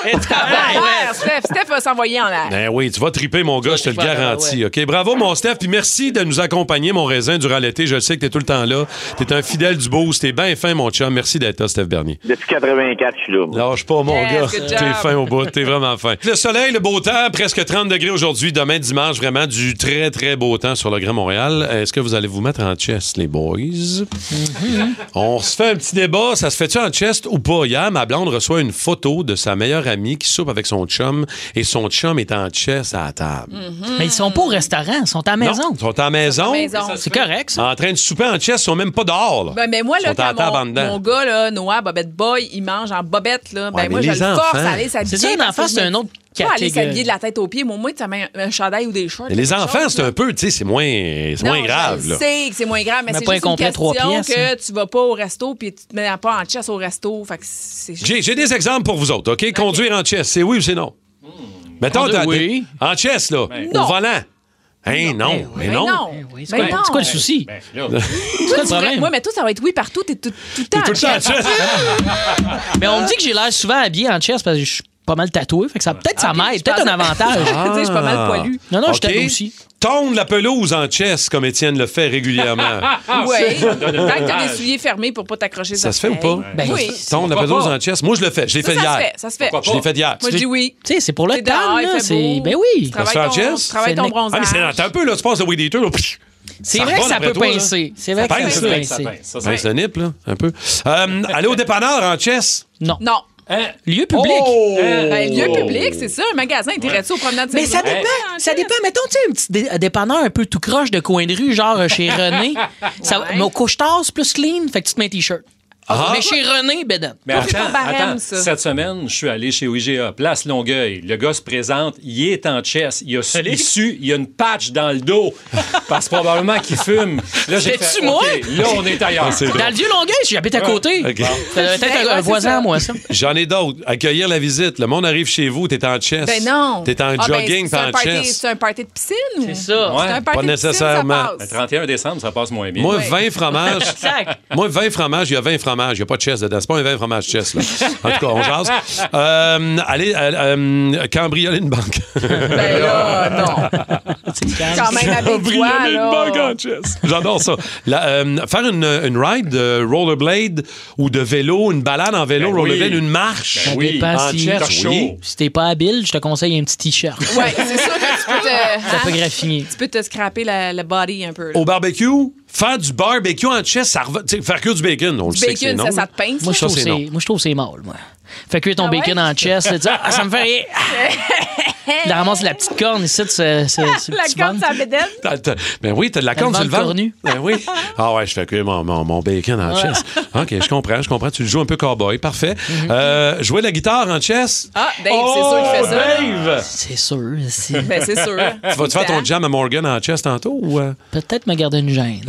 [SPEAKER 3] Ah, ouais, Steph, Steph va s'envoyer en l'air.
[SPEAKER 2] Ben oui, tu vas triper, mon gars, je te le
[SPEAKER 3] triper,
[SPEAKER 2] garantis. OK, bravo, mon Steph. Puis merci de nous accompagner, mon raisin, durant l'été. Je le sais que t'es tout le temps là. T'es un fidèle du boost. T'es bien fin, mon chum. Merci d'être là, Steph Bernier.
[SPEAKER 14] Depuis 84, je suis là.
[SPEAKER 2] Lâche pas, mon
[SPEAKER 14] Yes,
[SPEAKER 2] gars.
[SPEAKER 14] good job.
[SPEAKER 2] T'es fin au bout. T'es vraiment fin. Le soleil, le beau temps, presque 30 degrés aujourd'hui. Demain, dimanche, vraiment du très, très beau temps sur le Grand Montréal. Est-ce que vous allez vous mettre en chest, les boys?
[SPEAKER 3] Mm-hmm.
[SPEAKER 2] On se fait un petit débat. Ça se fait-tu en chest ou pas? Hier, ma blonde reçoit une photo de sa meilleure amie qui soupe avec son chum et son chum est en chest à la table.
[SPEAKER 3] Mm-hmm.
[SPEAKER 1] Hmm. Mais ils sont pas au restaurant, ils sont à la maison.
[SPEAKER 2] Non, ils sont à la maison.
[SPEAKER 3] Maison.
[SPEAKER 1] C'est correct, ça.
[SPEAKER 2] En train de souper en chest, ils sont même pas dehors. là.
[SPEAKER 3] Ben, mais moi, là,
[SPEAKER 2] Ils sont à
[SPEAKER 3] quand
[SPEAKER 2] la table en
[SPEAKER 3] mon,
[SPEAKER 2] dedans.
[SPEAKER 3] mon gars, là, Noah, Bobette Boy, il mange en bobette, là, ben
[SPEAKER 2] Ouais,
[SPEAKER 3] moi,
[SPEAKER 2] mais
[SPEAKER 3] je
[SPEAKER 2] les
[SPEAKER 3] le force
[SPEAKER 2] enfants.
[SPEAKER 3] à aller s'habiller.
[SPEAKER 1] C'est ça, un
[SPEAKER 3] parce que
[SPEAKER 1] enfant,
[SPEAKER 3] je
[SPEAKER 1] c'est
[SPEAKER 3] me
[SPEAKER 1] un
[SPEAKER 3] dis,
[SPEAKER 1] autre
[SPEAKER 3] Pas aller
[SPEAKER 1] catégorie.
[SPEAKER 3] s'habiller de la tête aux pieds, mais au moins, tu mets un un chandail ou des shorts.
[SPEAKER 2] Mais les
[SPEAKER 3] quelque
[SPEAKER 2] enfants,
[SPEAKER 3] chose,
[SPEAKER 2] c'est
[SPEAKER 3] là.
[SPEAKER 2] un peu, tu sais, c'est moins, c'est moins
[SPEAKER 3] Non,
[SPEAKER 2] grave.
[SPEAKER 3] Je
[SPEAKER 2] là.
[SPEAKER 3] sais que c'est moins grave, mais
[SPEAKER 2] Mais
[SPEAKER 3] c'est
[SPEAKER 2] pas un
[SPEAKER 3] juste une
[SPEAKER 2] complet
[SPEAKER 3] question
[SPEAKER 2] trois pièces,
[SPEAKER 3] que tu vas pas au resto puis tu te mets pas en chasse au resto. Fait que c'est juste...
[SPEAKER 2] J'ai j'ai des exemples pour vous autres, OK? Conduire en chest, c'est oui ou c'est non? Mettons,
[SPEAKER 1] Conduire,
[SPEAKER 2] t'as-
[SPEAKER 1] oui.
[SPEAKER 2] t'es- en chest, là, au
[SPEAKER 3] Non.
[SPEAKER 2] volant. Hein, non, mais non.
[SPEAKER 3] Ben
[SPEAKER 1] Eh C'est quoi,
[SPEAKER 3] non.
[SPEAKER 1] c'est quoi le souci?
[SPEAKER 3] Toi,
[SPEAKER 1] quoi le
[SPEAKER 3] tu ferais-
[SPEAKER 1] problème?
[SPEAKER 3] Moi, mais toi, ça va être oui partout. T'es tout, tout le temps.
[SPEAKER 2] tout le temps en
[SPEAKER 3] chef.
[SPEAKER 1] Mais on me dit que j'ai l'air souvent habillé en chest parce que je suis pas mal tatoué. Fait que ça peut-être ça m'aide, peut-être un avantage.
[SPEAKER 3] (laughs) Tu sais, je suis pas
[SPEAKER 2] Ah.
[SPEAKER 3] mal poilu.
[SPEAKER 1] Non, non, je
[SPEAKER 2] OK.
[SPEAKER 1] t'aide aussi.
[SPEAKER 2] Tondre la pelouse en chest, comme Étienne le fait régulièrement.
[SPEAKER 3] Oui. Tant que t'as des souliers fermés pour pas t'accrocher
[SPEAKER 2] Ça se fait ou pas?
[SPEAKER 3] Ben oui.
[SPEAKER 2] Tondre la
[SPEAKER 3] Pourquoi
[SPEAKER 2] pelouse
[SPEAKER 3] pas?
[SPEAKER 2] en chest. Moi, je le fais. Je l'ai
[SPEAKER 3] Ça,
[SPEAKER 2] fait
[SPEAKER 3] ça
[SPEAKER 2] hier.
[SPEAKER 3] se fait, ça se fait.
[SPEAKER 2] Je l'ai fait hier.
[SPEAKER 3] Moi,
[SPEAKER 2] Tu
[SPEAKER 3] je
[SPEAKER 2] l'es-
[SPEAKER 3] dis oui.
[SPEAKER 1] Ah, Tu sais, c'est pour le
[SPEAKER 3] T'es dehors,
[SPEAKER 1] temps,
[SPEAKER 3] il
[SPEAKER 1] là.
[SPEAKER 3] fait
[SPEAKER 1] C'est...
[SPEAKER 3] beau.
[SPEAKER 1] Ben oui.
[SPEAKER 2] Ça se fait en
[SPEAKER 3] Travaille ton-
[SPEAKER 2] chest?
[SPEAKER 3] travaille ton
[SPEAKER 2] C'est- Ah, mais c'est
[SPEAKER 3] bronzage.
[SPEAKER 2] attends un peu, là. Tu passes le way des là. pff,
[SPEAKER 1] C'est vrai que
[SPEAKER 2] rebond
[SPEAKER 1] ça
[SPEAKER 2] après
[SPEAKER 1] peut
[SPEAKER 2] toi, là.
[SPEAKER 1] pincer. C'est vrai
[SPEAKER 2] Ça
[SPEAKER 1] que ça peut
[SPEAKER 2] pince,
[SPEAKER 1] pincer.
[SPEAKER 2] Ça pince le nip, là, un peu. Euh, aller au dépanneur en chess.
[SPEAKER 1] Non.
[SPEAKER 3] Non.
[SPEAKER 2] Oh.
[SPEAKER 1] Lieu public.
[SPEAKER 3] Ben, lieu public, c'est ça. Un magasin, t'es au promenade
[SPEAKER 1] Mais ça
[SPEAKER 3] Saint-Laurent?
[SPEAKER 1] dépend, ça dépend. Mettons, tu sais, un petit dé- dépanneur un peu tout croche de coin de rue, genre euh, chez
[SPEAKER 3] (laughs)
[SPEAKER 1] René. Ça, Mais au couche-tard, c'est plus clean, fait que tu te mets un T-shirt.
[SPEAKER 4] Ah.
[SPEAKER 1] Mais chez René, Bédon.
[SPEAKER 4] Mais
[SPEAKER 3] Toi, c'est
[SPEAKER 4] attends,
[SPEAKER 3] ton barème,
[SPEAKER 4] attends.
[SPEAKER 3] ça.
[SPEAKER 4] cette semaine, je suis allé chez IGA, Place Longueuil. Le gars se présente, il est en chess, il a su, il sue, il a une patch dans le dos, parce que probablement qu'il fume. Là, j'ai
[SPEAKER 1] C'est-tu
[SPEAKER 4] fait,
[SPEAKER 1] moi?
[SPEAKER 4] OK, là, on est ailleurs.
[SPEAKER 2] Ah, c'est drôle.
[SPEAKER 1] Dans le vieux Longueuil, j'habite à côté.
[SPEAKER 2] OK.
[SPEAKER 1] Ça doit
[SPEAKER 3] Hey,
[SPEAKER 1] être
[SPEAKER 3] ouais,
[SPEAKER 1] un- un
[SPEAKER 3] c'est
[SPEAKER 1] voisin,
[SPEAKER 3] ça.
[SPEAKER 1] moi, ça.
[SPEAKER 2] J'en ai d'autres. Accueillir la visite. Le monde arrive chez vous, t'es en chess.
[SPEAKER 3] Ben non.
[SPEAKER 2] T'es en
[SPEAKER 3] Ah, ben,
[SPEAKER 2] jogging,
[SPEAKER 3] c'est un
[SPEAKER 2] t'es en
[SPEAKER 3] party-
[SPEAKER 2] chess.
[SPEAKER 3] C'est un party de piscine. C'est
[SPEAKER 1] ça.
[SPEAKER 3] c'est un
[SPEAKER 4] Ouais,
[SPEAKER 3] party
[SPEAKER 2] pas
[SPEAKER 3] de piscine, ça
[SPEAKER 2] nécessairement.
[SPEAKER 3] passe.
[SPEAKER 4] Le 31 décembre, ça passe moins bien.
[SPEAKER 3] (laughs)
[SPEAKER 2] Moi, 20 fromages.
[SPEAKER 1] Exact.
[SPEAKER 2] Moi, 20 fromages, il y a 20 fromages fromage. Il n'y a pas de chess dedans. C'est pas un vin fromage chess, là. En tout cas, on jase. Euh, allez, euh, euh, cambrioler une banque.
[SPEAKER 3] Ben là, non. Quand même Ben,
[SPEAKER 2] (laughs)
[SPEAKER 3] avec toi,
[SPEAKER 2] Cambrioler une
[SPEAKER 3] là.
[SPEAKER 2] banque en chess. J'adore ça. La, euh, faire une, une ride de rollerblade ou de vélo, une balade en vélo,
[SPEAKER 15] Ben oui.
[SPEAKER 2] rollerblade, une marche.
[SPEAKER 15] Ben
[SPEAKER 1] Ça
[SPEAKER 15] oui,
[SPEAKER 1] dépend
[SPEAKER 2] en
[SPEAKER 1] si,
[SPEAKER 2] chess, oui.
[SPEAKER 1] si t'es pas habile, je te conseille un petit t-shirt.
[SPEAKER 3] Ouais, c'est sûr que tu peux te.
[SPEAKER 1] Ça peut
[SPEAKER 3] hein,
[SPEAKER 1] graffiner.
[SPEAKER 3] Tu peux te scraper la- le body un peu. là.
[SPEAKER 2] Au barbecue, faire du barbecue en chess, ça reva- tu sais, faire cuire du bacon, on le
[SPEAKER 3] Du
[SPEAKER 2] sait que c'est
[SPEAKER 3] bacon,
[SPEAKER 2] non.
[SPEAKER 3] ça, ça te pince.
[SPEAKER 1] Moi, je
[SPEAKER 2] Ça,
[SPEAKER 1] trouve
[SPEAKER 2] c'est
[SPEAKER 1] c'est-
[SPEAKER 2] non.
[SPEAKER 1] moi, je trouve c'est mal, moi. Fais cuire ton
[SPEAKER 3] Ah
[SPEAKER 1] bacon en chest, là, tu dis, ah, ça me fait
[SPEAKER 3] (laughs)
[SPEAKER 1] rire. Il ramasse la petite corne ici, de ce, ce, ce
[SPEAKER 3] La
[SPEAKER 1] petit
[SPEAKER 3] corde,
[SPEAKER 1] bun.
[SPEAKER 3] ça bédaine.
[SPEAKER 2] T'as- t'as- Ben oui, t'as de la
[SPEAKER 1] T'as le
[SPEAKER 2] corne sur le
[SPEAKER 1] ventre
[SPEAKER 2] ventre.
[SPEAKER 1] cornu.
[SPEAKER 2] Ben oui. Ah ouais, je fais cuire mon, mon, mon bacon en
[SPEAKER 1] Ouais.
[SPEAKER 2] chess. OK, je comprends, je comprends. Tu le joues un peu cowboy, parfait.
[SPEAKER 1] Mhm.
[SPEAKER 2] Euh, jouer de la guitare en chess.
[SPEAKER 3] Ah, Dave, c'est sûr qu'il fait ça. là.
[SPEAKER 2] Oh, Dave!
[SPEAKER 1] C'est sûr. c'est-
[SPEAKER 3] Ben, c'est sûr.
[SPEAKER 2] Tu vas-tu faire ton jam à Morgan en chess tantôt ou... euh?
[SPEAKER 1] Peut-être me garder une (laughs) gêne.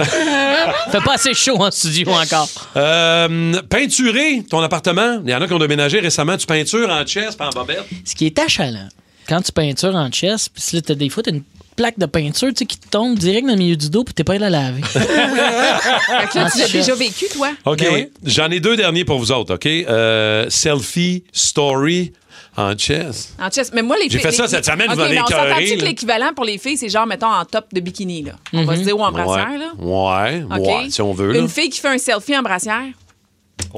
[SPEAKER 1] Fait pas assez chaud en studio encore.
[SPEAKER 2] Euh, peinturer ton appartement. Il y en a qui ont déménagé récemment. Tu peintures en chess, pas en bobette.
[SPEAKER 1] Ce qui est achalant, quand tu peintures en chest, puis si là, t'as des fois, t'as une plaque de peinture tu sais, qui te tombe direct dans le milieu du dos, puis t'es pas allé la laver.
[SPEAKER 3] Fait que là, tu l'as
[SPEAKER 1] Anti-chef.
[SPEAKER 3] déjà vécu, toi.
[SPEAKER 2] OK. Ben J'en ai deux derniers pour vous autres, OK? Euh, selfie, story en chess.
[SPEAKER 3] En chess. Mais moi, les
[SPEAKER 2] J'ai
[SPEAKER 3] filles-
[SPEAKER 2] fait ça
[SPEAKER 3] les-
[SPEAKER 2] cette semaine,
[SPEAKER 3] Ok,
[SPEAKER 2] vous m'avez
[SPEAKER 3] mais on
[SPEAKER 2] écoeuré,
[SPEAKER 3] s'entend-tu que
[SPEAKER 2] là.
[SPEAKER 3] l'équivalent pour les filles, c'est genre, mettons, en top de bikini, là. On va se dire, ou en brassière, là.
[SPEAKER 2] Ouais,
[SPEAKER 3] OK?
[SPEAKER 2] Mm-hmm. ouais, si on veut. là.
[SPEAKER 3] Une fille qui fait un selfie en brassière,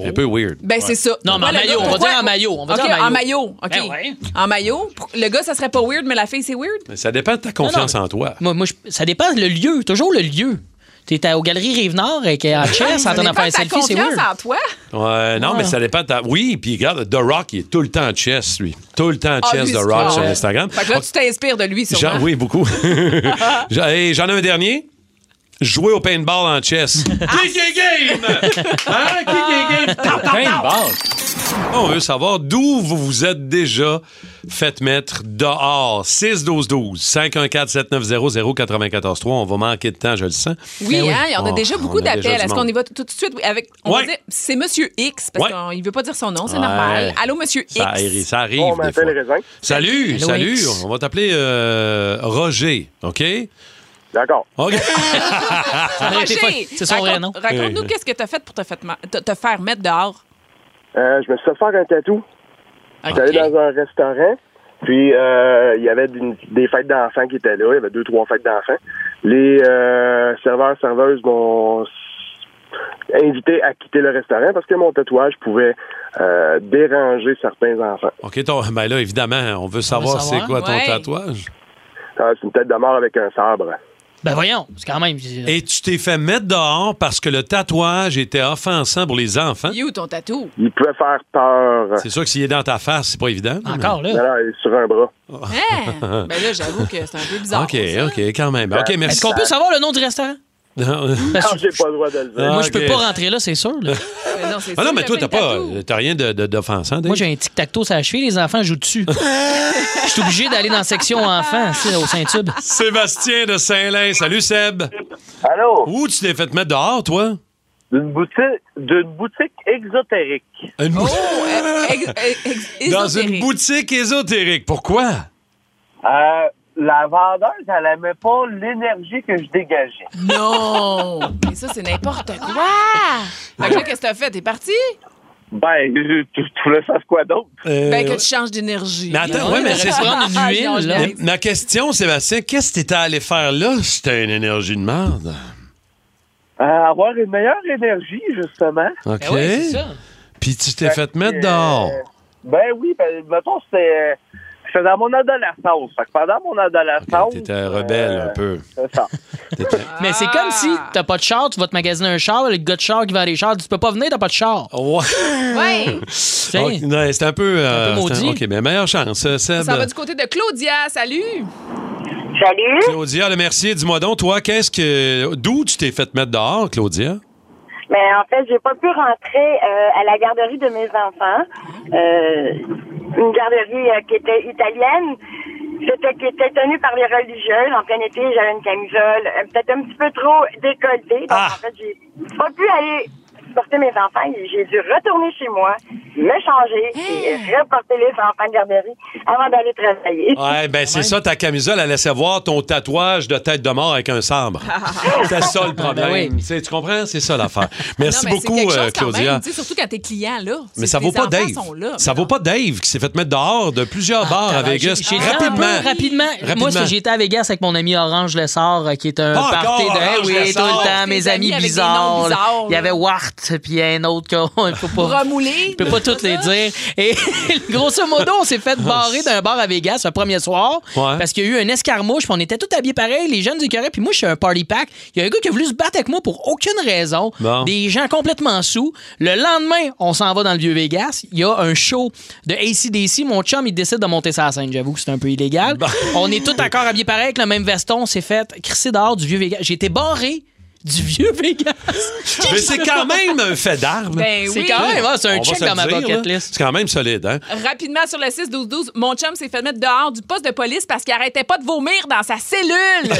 [SPEAKER 2] Un peu weird.
[SPEAKER 3] ben c'est ça.
[SPEAKER 1] Non, mais en
[SPEAKER 3] Pourquoi le
[SPEAKER 1] maillot,
[SPEAKER 3] gars-
[SPEAKER 1] on va
[SPEAKER 3] pourquoi-
[SPEAKER 1] dire en maillot, on va
[SPEAKER 3] OK,
[SPEAKER 1] dire en maillot.
[SPEAKER 3] en maillot. OK.
[SPEAKER 1] Ben ouais.
[SPEAKER 3] En maillot. Pour- Le gars, ça serait pas weird, mais la fille, c'est weird.
[SPEAKER 2] Mais Ça dépend de ta confiance en toi.
[SPEAKER 1] (laughs) Moi, moi, je- ça dépend le lieu, toujours le lieu. T'es à- aux Galeries Rive-Nord avec euh, (laughs) en chess en train de faire un
[SPEAKER 3] ta
[SPEAKER 1] selfie, c'est
[SPEAKER 3] confiance
[SPEAKER 1] weird.
[SPEAKER 3] en toi.
[SPEAKER 2] Ouais, non,
[SPEAKER 1] Ouais.
[SPEAKER 3] Ah.
[SPEAKER 2] mais ça dépend de ta. Oui, puis regarde, The Rock, il est tout le temps en chess, lui. Tout le temps en
[SPEAKER 3] Ah,
[SPEAKER 2] chess,
[SPEAKER 3] lui,
[SPEAKER 2] The
[SPEAKER 3] c'est-
[SPEAKER 2] Rock,
[SPEAKER 3] ah,
[SPEAKER 2] sur
[SPEAKER 3] ouais.
[SPEAKER 2] Instagram. (laughs)
[SPEAKER 3] Fait que là, tu t'inspires de lui,
[SPEAKER 2] J'en-
[SPEAKER 3] sûrement.
[SPEAKER 2] oui, beaucoup. (laughs) J'en hey, j'en ai un dernier. Jouer au paintball en chess. Kick your game! Hein? Kick your game! Tap, tap, tap! Ah, On veut savoir d'où vous vous êtes déjà fait mettre dehors. 6-12-12, 514-790-094-3. On va manquer de temps, je le sens.
[SPEAKER 3] Oui,
[SPEAKER 1] Ben
[SPEAKER 3] hein, on a déjà beaucoup
[SPEAKER 2] Oh, déjà
[SPEAKER 3] d'appels.
[SPEAKER 2] du
[SPEAKER 3] Est-ce qu'on
[SPEAKER 2] monde.
[SPEAKER 3] y va tout tout de suite avec. On
[SPEAKER 2] Ouais.
[SPEAKER 3] va dire, c'est Monsieur X, parce
[SPEAKER 2] Ouais.
[SPEAKER 3] qu'il ne veut pas dire son nom, c'est
[SPEAKER 2] Ouais.
[SPEAKER 3] normal. Allô, Monsieur X.
[SPEAKER 2] Ça, arri- ça arrive.
[SPEAKER 11] Bon,
[SPEAKER 2] des
[SPEAKER 11] matin,
[SPEAKER 2] fois.
[SPEAKER 11] les raisins.
[SPEAKER 2] Salut,
[SPEAKER 11] Hello,
[SPEAKER 2] salut.
[SPEAKER 11] X.
[SPEAKER 2] On va t'appeler euh, Roger, OK?
[SPEAKER 11] D'accord.
[SPEAKER 2] OK.
[SPEAKER 3] Roger,
[SPEAKER 1] C'est son vrai nom.
[SPEAKER 3] raconte- Raconte-nous
[SPEAKER 2] Oui.
[SPEAKER 3] qu'est-ce que t'as fait pour te, fait ma- te- te faire mettre dehors.
[SPEAKER 11] Euh, je me suis fait faire un tatou. J'étais allé dans un restaurant, puis euh, il y avait d'une- des fêtes d'enfants qui étaient là. Il y avait deux, trois fêtes d'enfants. Les euh, serveurs, serveuses m'ont s- invité à quitter le restaurant parce que mon tatouage pouvait euh, déranger certains enfants.
[SPEAKER 2] OK, ton, (laughs) ben là, évidemment, on veut savoir,
[SPEAKER 11] savoir.
[SPEAKER 2] c'est quoi ton
[SPEAKER 11] Ouais.
[SPEAKER 2] tatouage.
[SPEAKER 11] Ah, c'est une tête de mort avec un sabre.
[SPEAKER 1] Ben voyons, c'est quand même.
[SPEAKER 2] Et tu t'es fait mettre dehors parce que le tatouage était offensant pour les enfants.
[SPEAKER 3] You, ton tatou.
[SPEAKER 11] Il pouvait faire peur.
[SPEAKER 2] C'est sûr que s'il est dans ta face, c'est pas évident.
[SPEAKER 1] euh, Encore, là.
[SPEAKER 11] Non, non, il est sur un bras.
[SPEAKER 3] Hein? Ben là, j'avoue que c'est un peu bizarre.
[SPEAKER 2] Ah. OK, OK, quand même. OK, merci.
[SPEAKER 1] Est-ce qu'on peut savoir le nom du restaurant?
[SPEAKER 11] Non, j'ai pas le droit de le dire.
[SPEAKER 1] Moi, je peux
[SPEAKER 2] ok.
[SPEAKER 1] pas rentrer là, c'est sûr.
[SPEAKER 11] (laughs)
[SPEAKER 1] là.
[SPEAKER 3] Mais non, c'est
[SPEAKER 2] Ah non,
[SPEAKER 3] sûr,
[SPEAKER 2] mais
[SPEAKER 3] le
[SPEAKER 2] toi, t'as
[SPEAKER 3] pain de
[SPEAKER 2] pas,
[SPEAKER 3] tatou.
[SPEAKER 2] t'as rien de- de- d'offensant. De,
[SPEAKER 1] Moi, j'ai un tic-tac-toe sur la cheville, les enfants jouent
[SPEAKER 2] (laughs)
[SPEAKER 1] dessus. Je suis obligé d'aller dans la section enfants, tu sais, au Saint-Tube.
[SPEAKER 2] Sébastien de Saint-Lin. Salut, Seb.
[SPEAKER 16] Allô?
[SPEAKER 2] Où tu t'es fait mettre dehors, toi?
[SPEAKER 16] D'une boutique, d'une boutique exotérique.
[SPEAKER 2] Une bou-
[SPEAKER 3] Oh,
[SPEAKER 2] (laughs) euh,
[SPEAKER 3] euh,
[SPEAKER 2] Dans
[SPEAKER 16] ésotérique.
[SPEAKER 2] une boutique ésotérique. Pourquoi?
[SPEAKER 16] Euh, la vendeuse, elle aimait pas l'énergie que je dégageais.
[SPEAKER 3] (laughs) Non! Mais ça, c'est n'importe quoi! Fait que là, qu'est-ce que t'as fait? T'es parti?
[SPEAKER 2] Euh,
[SPEAKER 16] Ben, je- tu, tu voulais faire quoi d'autre?
[SPEAKER 3] Ben, que tu changes d'énergie.
[SPEAKER 2] Mais attends, ouais, mais c'est
[SPEAKER 3] Ah, je lâche
[SPEAKER 2] Mais
[SPEAKER 3] prise.
[SPEAKER 2] Ma question, Sébastien, qu'est-ce que t'étais allé faire là? C'était une énergie de merde.
[SPEAKER 16] Euh, avoir une meilleure énergie, justement.
[SPEAKER 2] OK.
[SPEAKER 1] Ben
[SPEAKER 2] Puis tu t'es fait mettre dehors.
[SPEAKER 16] Ben oui, ben, mettons, c'était c'était dans mon adolescence. Fait que pendant mon adolescence, euh,
[SPEAKER 2] T'étais rebelle un peu. (laughs)
[SPEAKER 16] c'est ça.
[SPEAKER 1] Mais c'est comme si
[SPEAKER 2] Ah.
[SPEAKER 1] t'as pas de char, tu vas te magasiner un char, le gars de char qui vend des chars, tu peux pas venir, t'as pas de char.
[SPEAKER 2] Ouais.
[SPEAKER 3] Ouais.
[SPEAKER 2] Ok, ouais, C'était un peu. euh,
[SPEAKER 1] maudit.
[SPEAKER 2] c'était- OK, mais meilleure chance, euh, Seb.
[SPEAKER 3] Ça va du côté de Claudia. Salut!
[SPEAKER 13] Salut.
[SPEAKER 2] Claudia Le Mercier, dis-moi donc, toi, qu'est-ce que. D'où tu t'es fait mettre dehors, Claudia?
[SPEAKER 13] Mais en fait, j'ai pas pu rentrer euh, à la garderie de mes enfants. Euh, une garderie euh, qui était italienne. C'était qui était tenue par les religieuses. En plein été, j'avais une camisole euh, peut-être un petit peu trop décolletée. Donc en fait, j'ai pas pu aller
[SPEAKER 17] supporter mes enfants. Et J'ai dû retourner chez moi, me changer et reporter les enfants de garderie avant d'aller travailler.
[SPEAKER 2] Ouais, ben c'est ça, ta camisole, elle laissait voir ton tatouage de tête de mort avec un
[SPEAKER 3] (laughs)
[SPEAKER 2] sabre. C'était ça le problème.
[SPEAKER 3] Ah, ben
[SPEAKER 2] Tu sais, Tu comprends? C'est ça l'affaire. Merci
[SPEAKER 3] Non, mais c'est
[SPEAKER 2] beaucoup,
[SPEAKER 3] quelque
[SPEAKER 2] euh,
[SPEAKER 3] chose quand même,
[SPEAKER 2] Claudia.
[SPEAKER 3] tu sais, surtout quand t'es client, là.
[SPEAKER 2] Mais ça
[SPEAKER 3] Tes
[SPEAKER 2] vaut pas
[SPEAKER 3] enfants
[SPEAKER 2] Dave.
[SPEAKER 3] sont là. Ah,
[SPEAKER 2] Ça vaut pas Dave qui s'est fait mettre dehors de plusieurs bars à Vegas.
[SPEAKER 1] J'ai été un peu
[SPEAKER 2] rapidement.
[SPEAKER 1] rapidement. Moi,
[SPEAKER 2] Rapidement.
[SPEAKER 1] c'est- j'étais à Vegas avec mon ami Orange Lessard, euh, qui est un
[SPEAKER 2] Ah,
[SPEAKER 1] party
[SPEAKER 2] encore
[SPEAKER 1] de. Eh
[SPEAKER 2] Orange
[SPEAKER 1] oui,
[SPEAKER 2] Lessard.
[SPEAKER 1] tout le temps,
[SPEAKER 2] Tes
[SPEAKER 1] mes
[SPEAKER 2] amis
[SPEAKER 1] amis
[SPEAKER 2] avec des
[SPEAKER 1] bizarres.
[SPEAKER 2] noms
[SPEAKER 1] là.
[SPEAKER 2] bizarres,
[SPEAKER 1] Il y avait Wart, puis il y a un autre qu'on. (laughs) Faut pas.
[SPEAKER 3] Remoulé.
[SPEAKER 1] Je peux pas toutes les dire. Et (laughs) grosso modo, on s'est fait barrer d'un bar à Vegas le premier soir
[SPEAKER 2] Ouais.
[SPEAKER 1] parce qu'il y a eu un escarmouche, puis on était tous habillés pareil, les jeunes du Corée, puis moi, je suis un party pack. Il y a un gars qui a voulu se battre avec moi pour aucune raison.
[SPEAKER 2] Bon.
[SPEAKER 1] Des gens complètement sous. Le lendemain, on s'en va dans le vieux Vegas. Il y a un show de ACDC. Mon chum, il décide de monter sa scène. J'avoue que c'est un peu illégal. On est tous encore habillés pareil avec le même veston. On s'est fait crisser dehors du vieux Vegas. J'ai été barré. Du vieux
[SPEAKER 2] (laughs)
[SPEAKER 1] Vegas.
[SPEAKER 2] Mais c'est quand même un fait d'armes.
[SPEAKER 3] Ben
[SPEAKER 1] C'est
[SPEAKER 3] oui.
[SPEAKER 1] quand même, ah, c'est un
[SPEAKER 2] On va
[SPEAKER 1] check
[SPEAKER 2] se le
[SPEAKER 1] dans ma
[SPEAKER 2] dire,
[SPEAKER 1] bucket
[SPEAKER 2] là.
[SPEAKER 1] list.
[SPEAKER 2] C'est quand même solide, hein?
[SPEAKER 3] Rapidement sur le 6-12-12, mon chum s'est fait mettre dehors du poste de police parce qu'il arrêtait pas de vomir dans sa cellule.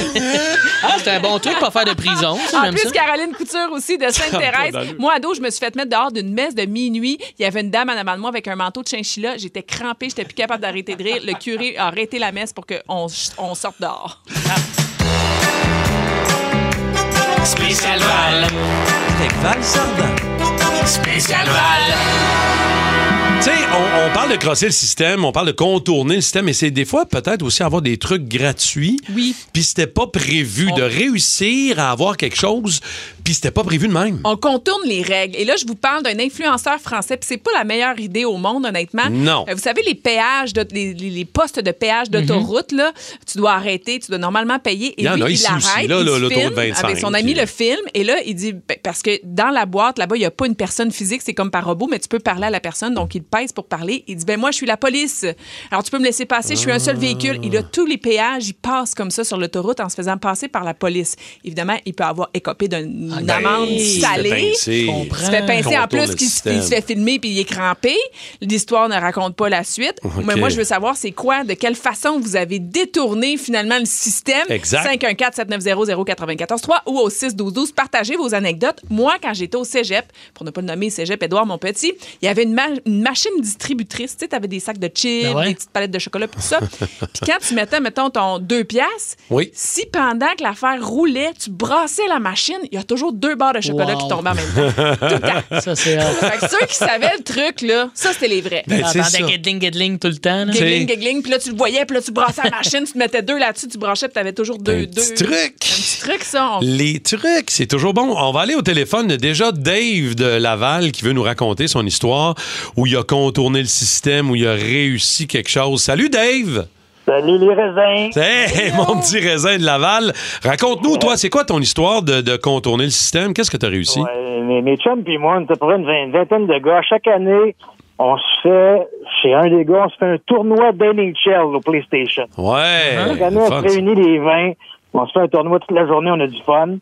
[SPEAKER 1] Ah, c'est un bon truc pour faire de prison. ça, (laughs)
[SPEAKER 3] en
[SPEAKER 1] j'aime
[SPEAKER 3] plus,
[SPEAKER 1] ça.
[SPEAKER 3] Caroline Couture aussi
[SPEAKER 1] (laughs)
[SPEAKER 3] de
[SPEAKER 1] Ça a pas
[SPEAKER 3] Sainte-Thérèse.
[SPEAKER 1] d'allure.
[SPEAKER 3] Moi, ado, je me suis fait mettre dehors d'une messe de minuit. Il y avait une dame en avant de moi avec un manteau de chinchilla. J'étais crampée, j'étais plus capable d'arrêter de rire. Le curé a arrêté la messe pour qu'on on sorte dehors.
[SPEAKER 7] Spécial Val. Avec Val Spécial Val.
[SPEAKER 2] Tu sais, on, on parle de crosser le système, on parle de contourner le système, mais c'est des fois peut-être aussi avoir des trucs gratuits.
[SPEAKER 3] Oui.
[SPEAKER 2] Puis c'était pas prévu de réussir à avoir quelque chose, puis c'était pas prévu de même.
[SPEAKER 3] On contourne les règles. Et là, je vous parle d'un influenceur français. Puis c'est pas la meilleure idée au monde, honnêtement.
[SPEAKER 2] Non.
[SPEAKER 3] Euh, Vous savez, les péages, de- les, les- les postes de péage d'autoroute, là, tu dois arrêter, tu dois normalement payer. Et
[SPEAKER 2] Mm-hmm. Il y en
[SPEAKER 3] lui,
[SPEAKER 2] a
[SPEAKER 3] il
[SPEAKER 2] ici
[SPEAKER 3] arrête,
[SPEAKER 2] aussi, là,
[SPEAKER 3] il
[SPEAKER 2] là,
[SPEAKER 3] se
[SPEAKER 2] l'autoroute
[SPEAKER 3] filme
[SPEAKER 2] 25,
[SPEAKER 3] Avec son ami
[SPEAKER 2] qui-
[SPEAKER 3] le film. Et là, il dit, ben, parce que dans la boîte, là-bas, il n'y a pas une personne physique, c'est comme par robot, mais tu peux parler à la personne. Donc, il pèse pour parler. Il dit, ben moi, je suis la police. Alors, tu peux me laisser passer, je suis un seul véhicule. Il a tous les péages, il passe comme ça sur l'autoroute en se faisant passer par la police. Évidemment, il peut avoir écopé d'une
[SPEAKER 2] Ah,
[SPEAKER 3] une
[SPEAKER 2] ben,
[SPEAKER 3] amende
[SPEAKER 2] il se fait
[SPEAKER 3] salée.
[SPEAKER 2] pincer. Je
[SPEAKER 3] Il se fait pincer en
[SPEAKER 2] Contourne
[SPEAKER 3] plus
[SPEAKER 2] le
[SPEAKER 3] qu'il se il se fait
[SPEAKER 2] système.
[SPEAKER 3] filmer puis il est crampé. L'histoire ne raconte pas la suite.
[SPEAKER 2] Ok.
[SPEAKER 3] Mais moi, je veux savoir c'est quoi, de quelle façon vous avez détourné finalement le système.
[SPEAKER 2] Exact.
[SPEAKER 3] 514-790-0943 ou au 612-12. Partagez vos anecdotes. Moi, quand j'étais au cégep, pour ne pas le nommer cégep Édouard, mon petit, il y avait une, ma- une machine distributrice. Tu sais, t'avais des sacs de chips,
[SPEAKER 2] Ben ouais.
[SPEAKER 3] des petites palettes de chocolat, puis
[SPEAKER 2] (laughs)
[SPEAKER 3] tout ça. puis quand tu mettais, mettons, ton 2 piastres,
[SPEAKER 2] Oui.
[SPEAKER 3] si pendant que l'affaire roulait, tu brassais la machine, il y a toujours deux barres de chocolat
[SPEAKER 2] Wow.
[SPEAKER 3] qui tombaient en même temps.
[SPEAKER 1] Ça, c'est hot.
[SPEAKER 3] Fait que ceux qui savaient le truc, là, ça, c'était les vrais.
[SPEAKER 2] Ben,
[SPEAKER 1] On entendait giggling, giggling tout le temps. là.
[SPEAKER 3] Giggling, giggling, puis là, tu le voyais, puis là, tu brassais la machine, tu te mettais deux là-dessus, tu branchais, puis t'avais toujours deux.
[SPEAKER 2] Un
[SPEAKER 3] deux...
[SPEAKER 2] Ben, petit truc. Un
[SPEAKER 3] petit truc, ça. on-
[SPEAKER 2] Les trucs, c'est toujours bon. On va aller au téléphone. Déjà, Dave de Laval qui veut nous raconter son histoire où il a contourné le système, où il a réussi quelque chose. Salut, Dave!
[SPEAKER 18] Salut Ben, les raisins!
[SPEAKER 2] Hey, mon petit raisin de Laval. Raconte-nous, toi, c'est quoi ton histoire de, de contourner le système? Qu'est-ce que tu as réussi?
[SPEAKER 18] Ouais, Ben, mes, mes chums puis moi, on était pour une vingt- vingtaine de gars. Chaque année, on se fait, chez un des gars, on se fait un tournoi d'NHL au PlayStation.
[SPEAKER 2] Ouais.
[SPEAKER 18] Chaque année, on se
[SPEAKER 2] fun,
[SPEAKER 18] réunit les 20. On se fait un tournoi toute la journée, on a du fun.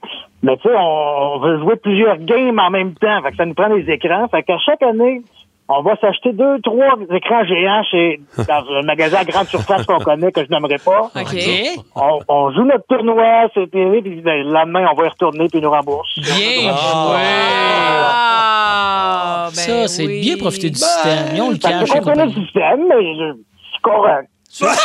[SPEAKER 18] Mais tu sais, on, on veut jouer plusieurs games en même temps. Fait que ça nous prend des écrans. Fait qu'à chaque année, on va s'acheter deux, trois écrans géants chez, dans un magasin à grande surface qu'on connaît, que je n'aimerais pas.
[SPEAKER 3] OK.
[SPEAKER 18] On, on joue notre tournoi, c'est fini, puis ben, le lendemain, on va y retourner, puis ils nous rembourse.
[SPEAKER 1] Bien
[SPEAKER 3] Ah, ben
[SPEAKER 1] Ça, c'est bien profiter du système. Ils ont le
[SPEAKER 18] Parce
[SPEAKER 1] cash.
[SPEAKER 18] qu'on connaît le système, mais je- c'est correct.
[SPEAKER 3] Correct.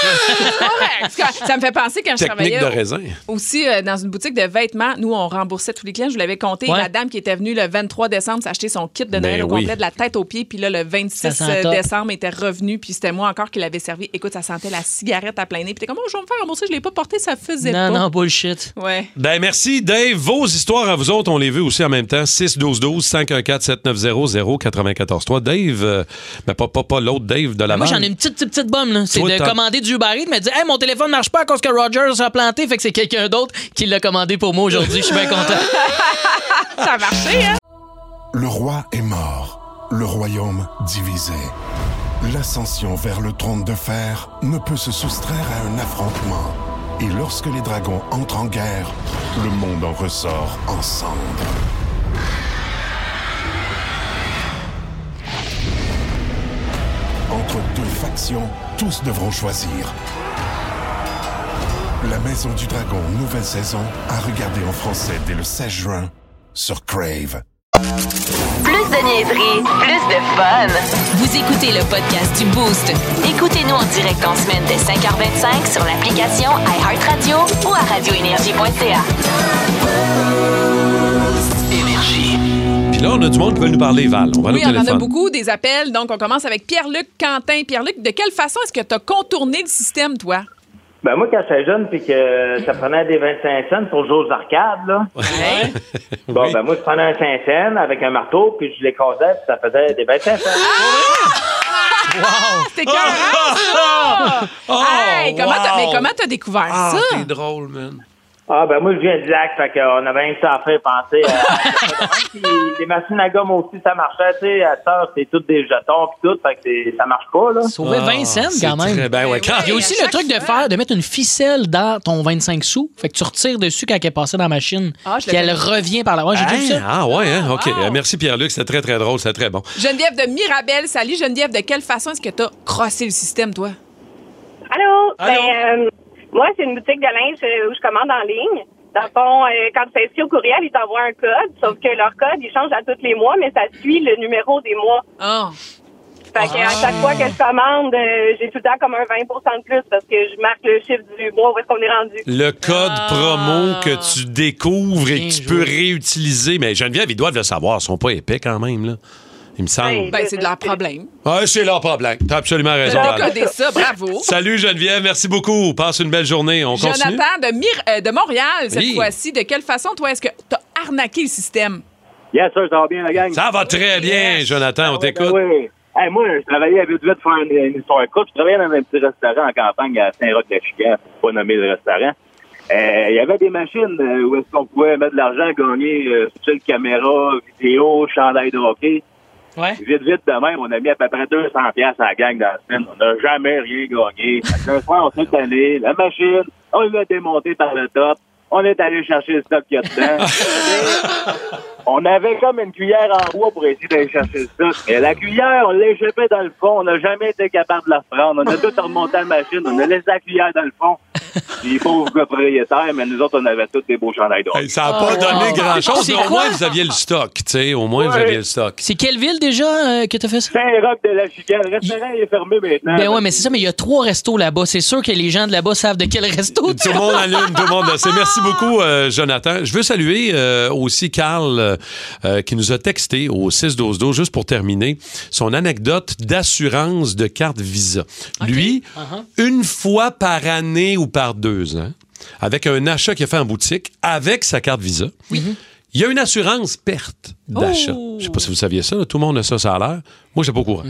[SPEAKER 3] Ça me fait penser quand je
[SPEAKER 2] Technique
[SPEAKER 3] travaillais
[SPEAKER 2] de raisin.
[SPEAKER 3] aussi euh, dans une boutique de vêtements. Nous, on remboursait tous les clients. Je vous l'avais compté.
[SPEAKER 2] Ouais.
[SPEAKER 3] La dame qui était venue le 23 décembre s'acheter son kit de Noël
[SPEAKER 2] Ben
[SPEAKER 3] au
[SPEAKER 2] oui.
[SPEAKER 3] complet de la tête aux pieds. Puis là, le
[SPEAKER 1] Ça
[SPEAKER 3] 26
[SPEAKER 1] sent top.
[SPEAKER 3] décembre était revenu. Puis c'était moi encore qui l'avais servi. Écoute, ça sentait la cigarette à plein nez. Puis t'es comme, oh, je vais me faire rembourser. Je l'ai pas porté. Ça faisait
[SPEAKER 1] Non,
[SPEAKER 3] pas.
[SPEAKER 1] non, bullshit.
[SPEAKER 3] Ouais.
[SPEAKER 2] Ben merci Dave, vos histoires à vous autres, on les veut aussi en même temps 6 12 12 514 790 094 3 Dave euh, ben pas pas, pas l'autre Dave de la
[SPEAKER 1] Moi, j'en ai une petite, petite, petite bombe. là. C'est
[SPEAKER 2] Toi,
[SPEAKER 1] de
[SPEAKER 2] t'as-
[SPEAKER 1] commander du Uber Eats, mais de dire Hey, mon téléphone marche pas à cause que Rogers a planté. Fait que c'est quelqu'un d'autre qui l'a commandé pour moi aujourd'hui. Je suis bien (laughs) content.
[SPEAKER 3] Ça a marché, hein?
[SPEAKER 5] Le roi est mort, le royaume divisé. L'ascension vers le trône de fer ne peut se soustraire à un affrontement. Et lorsque les dragons entrent en guerre, le monde en ressort ensemble. Entre deux factions, tous devront choisir. La Maison du Dragon, nouvelle saison, à regarder en français dès le 16 juin sur Crave.
[SPEAKER 10] Plus de niaiserie, plus de fun. Vous écoutez le podcast du Boost. Écoutez-nous en direct en semaine dès 5h25 sur l'application iHeartRadio ou à radioénergie.ca.
[SPEAKER 2] Puis là, on a du monde qui veut nous parler, Val. On va aller
[SPEAKER 3] Oui,
[SPEAKER 2] au
[SPEAKER 3] on en a
[SPEAKER 2] téléphone.
[SPEAKER 3] beaucoup, des appels. Donc, on commence avec Pierre-Luc Quentin. Pierre-Luc, de quelle façon est-ce que tu as contourné le système, toi?
[SPEAKER 19] Ben moi, quand j'étais jeune, puis que ça prenait des 25 cents pour jouer aux arcades, là. (laughs) Bon, ben moi, je prenais un 5 cents avec un marteau, puis je les causais, puis ça faisait des 25 cents.
[SPEAKER 3] Wow! C'était carrément Ah, ça! hey, comment t'as- mais comment t'as découvert ça?
[SPEAKER 2] Ah, drôle, man.
[SPEAKER 19] Ah, ben moi, je viens de Lac, fait qu'on avait rien que ça à faire penser à... (laughs) Puis les machines à gomme aussi, ça marchait, tu sais, à ça, c'est toutes des jetons, puis tout, fait que c'est- ça marche pas, là.
[SPEAKER 1] Sauver 20 cents quand même.
[SPEAKER 2] ben
[SPEAKER 1] Ben Il y a aussi le truc de faire, de mettre une ficelle dans ton 25 sous. Fait que tu retires dessus quand elle est passée dans la machine.
[SPEAKER 3] Ah, je
[SPEAKER 1] puis elle
[SPEAKER 3] l'avais vu.
[SPEAKER 1] revient par là. Ouais, j'ai déjà vu
[SPEAKER 2] Hey,
[SPEAKER 1] ça.
[SPEAKER 2] Ah, ouais, hein? OK. Euh, Merci, Pierre-Luc. C'était très, très drôle. C'était très bon.
[SPEAKER 3] Geneviève de Mirabel, salut Geneviève, de quelle façon est-ce que t'as crossé le système, toi?
[SPEAKER 13] Allô? Ben, euh, moi, c'est une boutique de linge euh, où je commande en ligne. Dans le fond, euh, quand tu t'inscris au courriel, ils t'envoient un code, sauf que leur code, il change à tous les mois, mais ça suit le numéro des mois.
[SPEAKER 3] Ah!
[SPEAKER 13] Fait que à
[SPEAKER 1] Ah.
[SPEAKER 13] chaque fois que je commande, euh, j'ai tout le temps comme un 20 de plus parce que je marque le chiffre du mois où est-ce qu'on est rendu.
[SPEAKER 2] Le code
[SPEAKER 3] Ah!
[SPEAKER 2] promo que tu découvres et que tu peux réutiliser. Mais Geneviève, ils doivent le savoir. Ils sont pas épais quand même, là. Il me semble.
[SPEAKER 3] Ben, c'est de leur problème.
[SPEAKER 2] Ah, c'est leur problème. T'as absolument
[SPEAKER 3] T'as
[SPEAKER 2] raison. Val.
[SPEAKER 3] décodé ça, bravo.
[SPEAKER 2] Salut Geneviève, merci beaucoup. Passe une belle journée. (laughs) On continue.
[SPEAKER 3] Jonathan de, Mir- euh, de Montréal, cette
[SPEAKER 2] Oui.
[SPEAKER 3] fois-ci, de quelle façon, toi, est-ce que t'as arnaqué le système?
[SPEAKER 16] Yes, sir, ça va bien, la gang.
[SPEAKER 2] Ça va très bien, Jonathan, on t'écoute.
[SPEAKER 16] Ah Oui. Hey, moi, je travaillais à vite vite faire une, une histoire courte. Je travaillais dans un petit restaurant en campagne à Saint-Roch-de-Chican, pour pas nommer le restaurant. Euh, Il y avait des machines euh, où est-ce qu'on pouvait mettre de l'argent, gagner euh, style caméra, vidéo, chandail de hockey. Vite, vite, de même, on a mis à peu près 200 pièces à la gang dans la semaine. On n'a jamais rien gagné. Fait qu'un soir, on s'est allé, la machine, on l'a démontée par le top. On est allé chercher le stock qu'il y a dedans. On avait comme une cuillère en bois pour essayer d'aller chercher ça. Mais la cuillère, on l'échappait dans le fond. On n'a jamais été capable de la prendre. On a tout remonté à la machine. On a laissé la cuillère dans le fond. Puis pauvre propriétaire, mais nous autres, on avait tous des beaux chandails d'or.
[SPEAKER 2] Hey, ça n'a
[SPEAKER 16] Ah,
[SPEAKER 2] pas
[SPEAKER 1] Oh,
[SPEAKER 2] donné
[SPEAKER 1] wow.
[SPEAKER 2] grand-chose,
[SPEAKER 1] C'est
[SPEAKER 2] mais au
[SPEAKER 1] quoi?
[SPEAKER 2] moins vous aviez le stock. Tu sais, au moins vous aviez le stock.
[SPEAKER 1] C'est quelle ville déjà euh, que t'as fait ça?
[SPEAKER 16] Saint-Roch de la Chicane. Le restaurant est fermé maintenant.
[SPEAKER 1] Ben ouais, mais c'est ça, mais il y a trois restos là-bas. C'est sûr que les gens de là-bas savent de quel resto
[SPEAKER 2] (laughs) Tout le monde allume, tout le monde le sait. Merci beaucoup, euh, Jonathan. Je veux saluer euh, aussi Carl euh, euh, qui nous a texté au 6-12-12, juste pour terminer, son anecdote d'assurance de carte Visa. Lui,
[SPEAKER 3] Uh-huh.
[SPEAKER 2] une fois par année ou par deux ans, avec un achat qu'il a fait en boutique, avec sa carte Visa,
[SPEAKER 3] Mm-hmm.
[SPEAKER 2] il y a une assurance perte d'achat.
[SPEAKER 3] Oh.
[SPEAKER 2] Je sais pas si vous saviez ça, là, tout le monde a ça, ça a l'air. Moi, je pas au
[SPEAKER 3] Mm.
[SPEAKER 2] courant.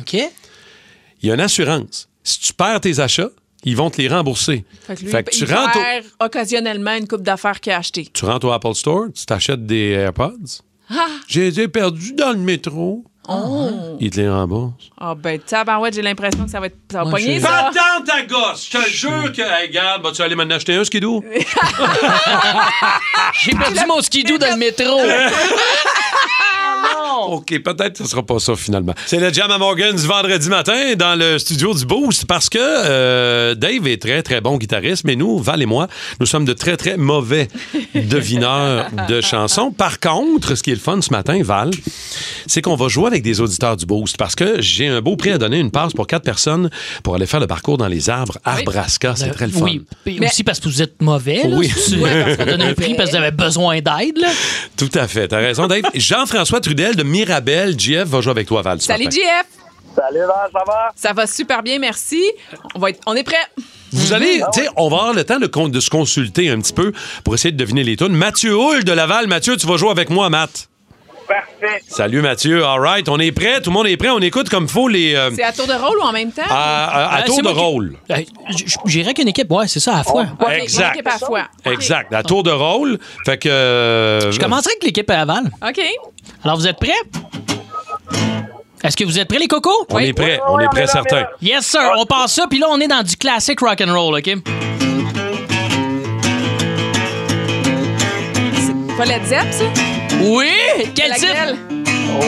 [SPEAKER 2] Il y a une assurance. Si tu perds tes achats, ils vont te les rembourser.
[SPEAKER 3] Fait que lui,
[SPEAKER 2] Fait que tu
[SPEAKER 3] il
[SPEAKER 2] rentres au-
[SPEAKER 3] perd occasionnellement une coupe d'affaires qu'il a achetée.
[SPEAKER 2] tu rentres au Apple Store, tu t'achètes des AirPods.
[SPEAKER 3] Ah!
[SPEAKER 2] J'ai été perdu dans le métro.
[SPEAKER 3] Oh!
[SPEAKER 2] Ils te les remboursent.
[SPEAKER 3] Ah ben, tabarouette, j'ai l'impression que ça va être ça va
[SPEAKER 2] Moi,
[SPEAKER 3] pogner,
[SPEAKER 2] je-
[SPEAKER 3] ça.
[SPEAKER 2] Patente à gosse! Je te jure que. Hey, regarde, vas-tu aller m'en acheter un, skidou?
[SPEAKER 1] J'ai perdu mon skidoo dans le métro.
[SPEAKER 2] Ah, OK, peut-être que ce sera pas ça finalement. C'est le Jam à Morgan du vendredi matin dans le studio du Boost parce que euh, Dave est très, très bon guitariste, mais nous, Val et moi, nous sommes de très, très mauvais devineurs de chansons. Par contre, ce qui est le fun ce matin, Val, c'est qu'on va jouer avec des auditeurs du Boost parce que j'ai un beau prix à donner, une passe pour quatre personnes pour aller faire le parcours dans les arbres, Arbraska. C'est très le fun.
[SPEAKER 1] Ben, Oui, puis aussi parce que vous êtes mauvais. Là,
[SPEAKER 2] Oui.
[SPEAKER 1] C'est- parce qu'on donne un prix parce que vous avez besoin d'aide. là.
[SPEAKER 2] Tout à fait. T'as raison, Dave. Jean-François Trudel de Mirabel, JF, va jouer avec toi, Val. ce
[SPEAKER 3] Salut,
[SPEAKER 2] matin.
[SPEAKER 3] JF!
[SPEAKER 16] Salut, Val, ça va?
[SPEAKER 3] Ça va super bien, merci. On, va être... on est prêts.
[SPEAKER 2] Vous allez, tu sais, on va avoir le temps de, con- de se consulter un petit peu pour essayer de deviner les tunes. Mathieu Houle de Laval. Mathieu, tu vas jouer avec moi, Matt.
[SPEAKER 16] Parfait.
[SPEAKER 2] Salut, Mathieu. All right, on est prêt. Tout le monde est prêt. On écoute comme faut les. euh,
[SPEAKER 3] C'est à tour de rôle ou en même temps?
[SPEAKER 2] à, à- à
[SPEAKER 1] Euh,
[SPEAKER 2] tour
[SPEAKER 1] c'est
[SPEAKER 2] de
[SPEAKER 1] moi qui-
[SPEAKER 2] rôle.
[SPEAKER 1] Euh, j- j- J'irais qu'une équipe, ouais, c'est ça, à la fois.
[SPEAKER 3] On est- on est
[SPEAKER 2] Exact.
[SPEAKER 3] équipe à la fois.
[SPEAKER 2] Exact. À tour de rôle. Fait que. euh,
[SPEAKER 1] Je commencerai avec l'équipe à Laval.
[SPEAKER 3] OK.
[SPEAKER 1] Alors, vous êtes prêts? Est-ce que vous êtes prêts, les cocos?
[SPEAKER 2] On est prêts. On est prêts, certains.
[SPEAKER 1] Yes, sir. On passe ça, puis là, on est dans du classique rock and roll, OK?
[SPEAKER 3] Pas Led Zepp, ça?
[SPEAKER 1] Oui! Quel
[SPEAKER 3] titre? Oh.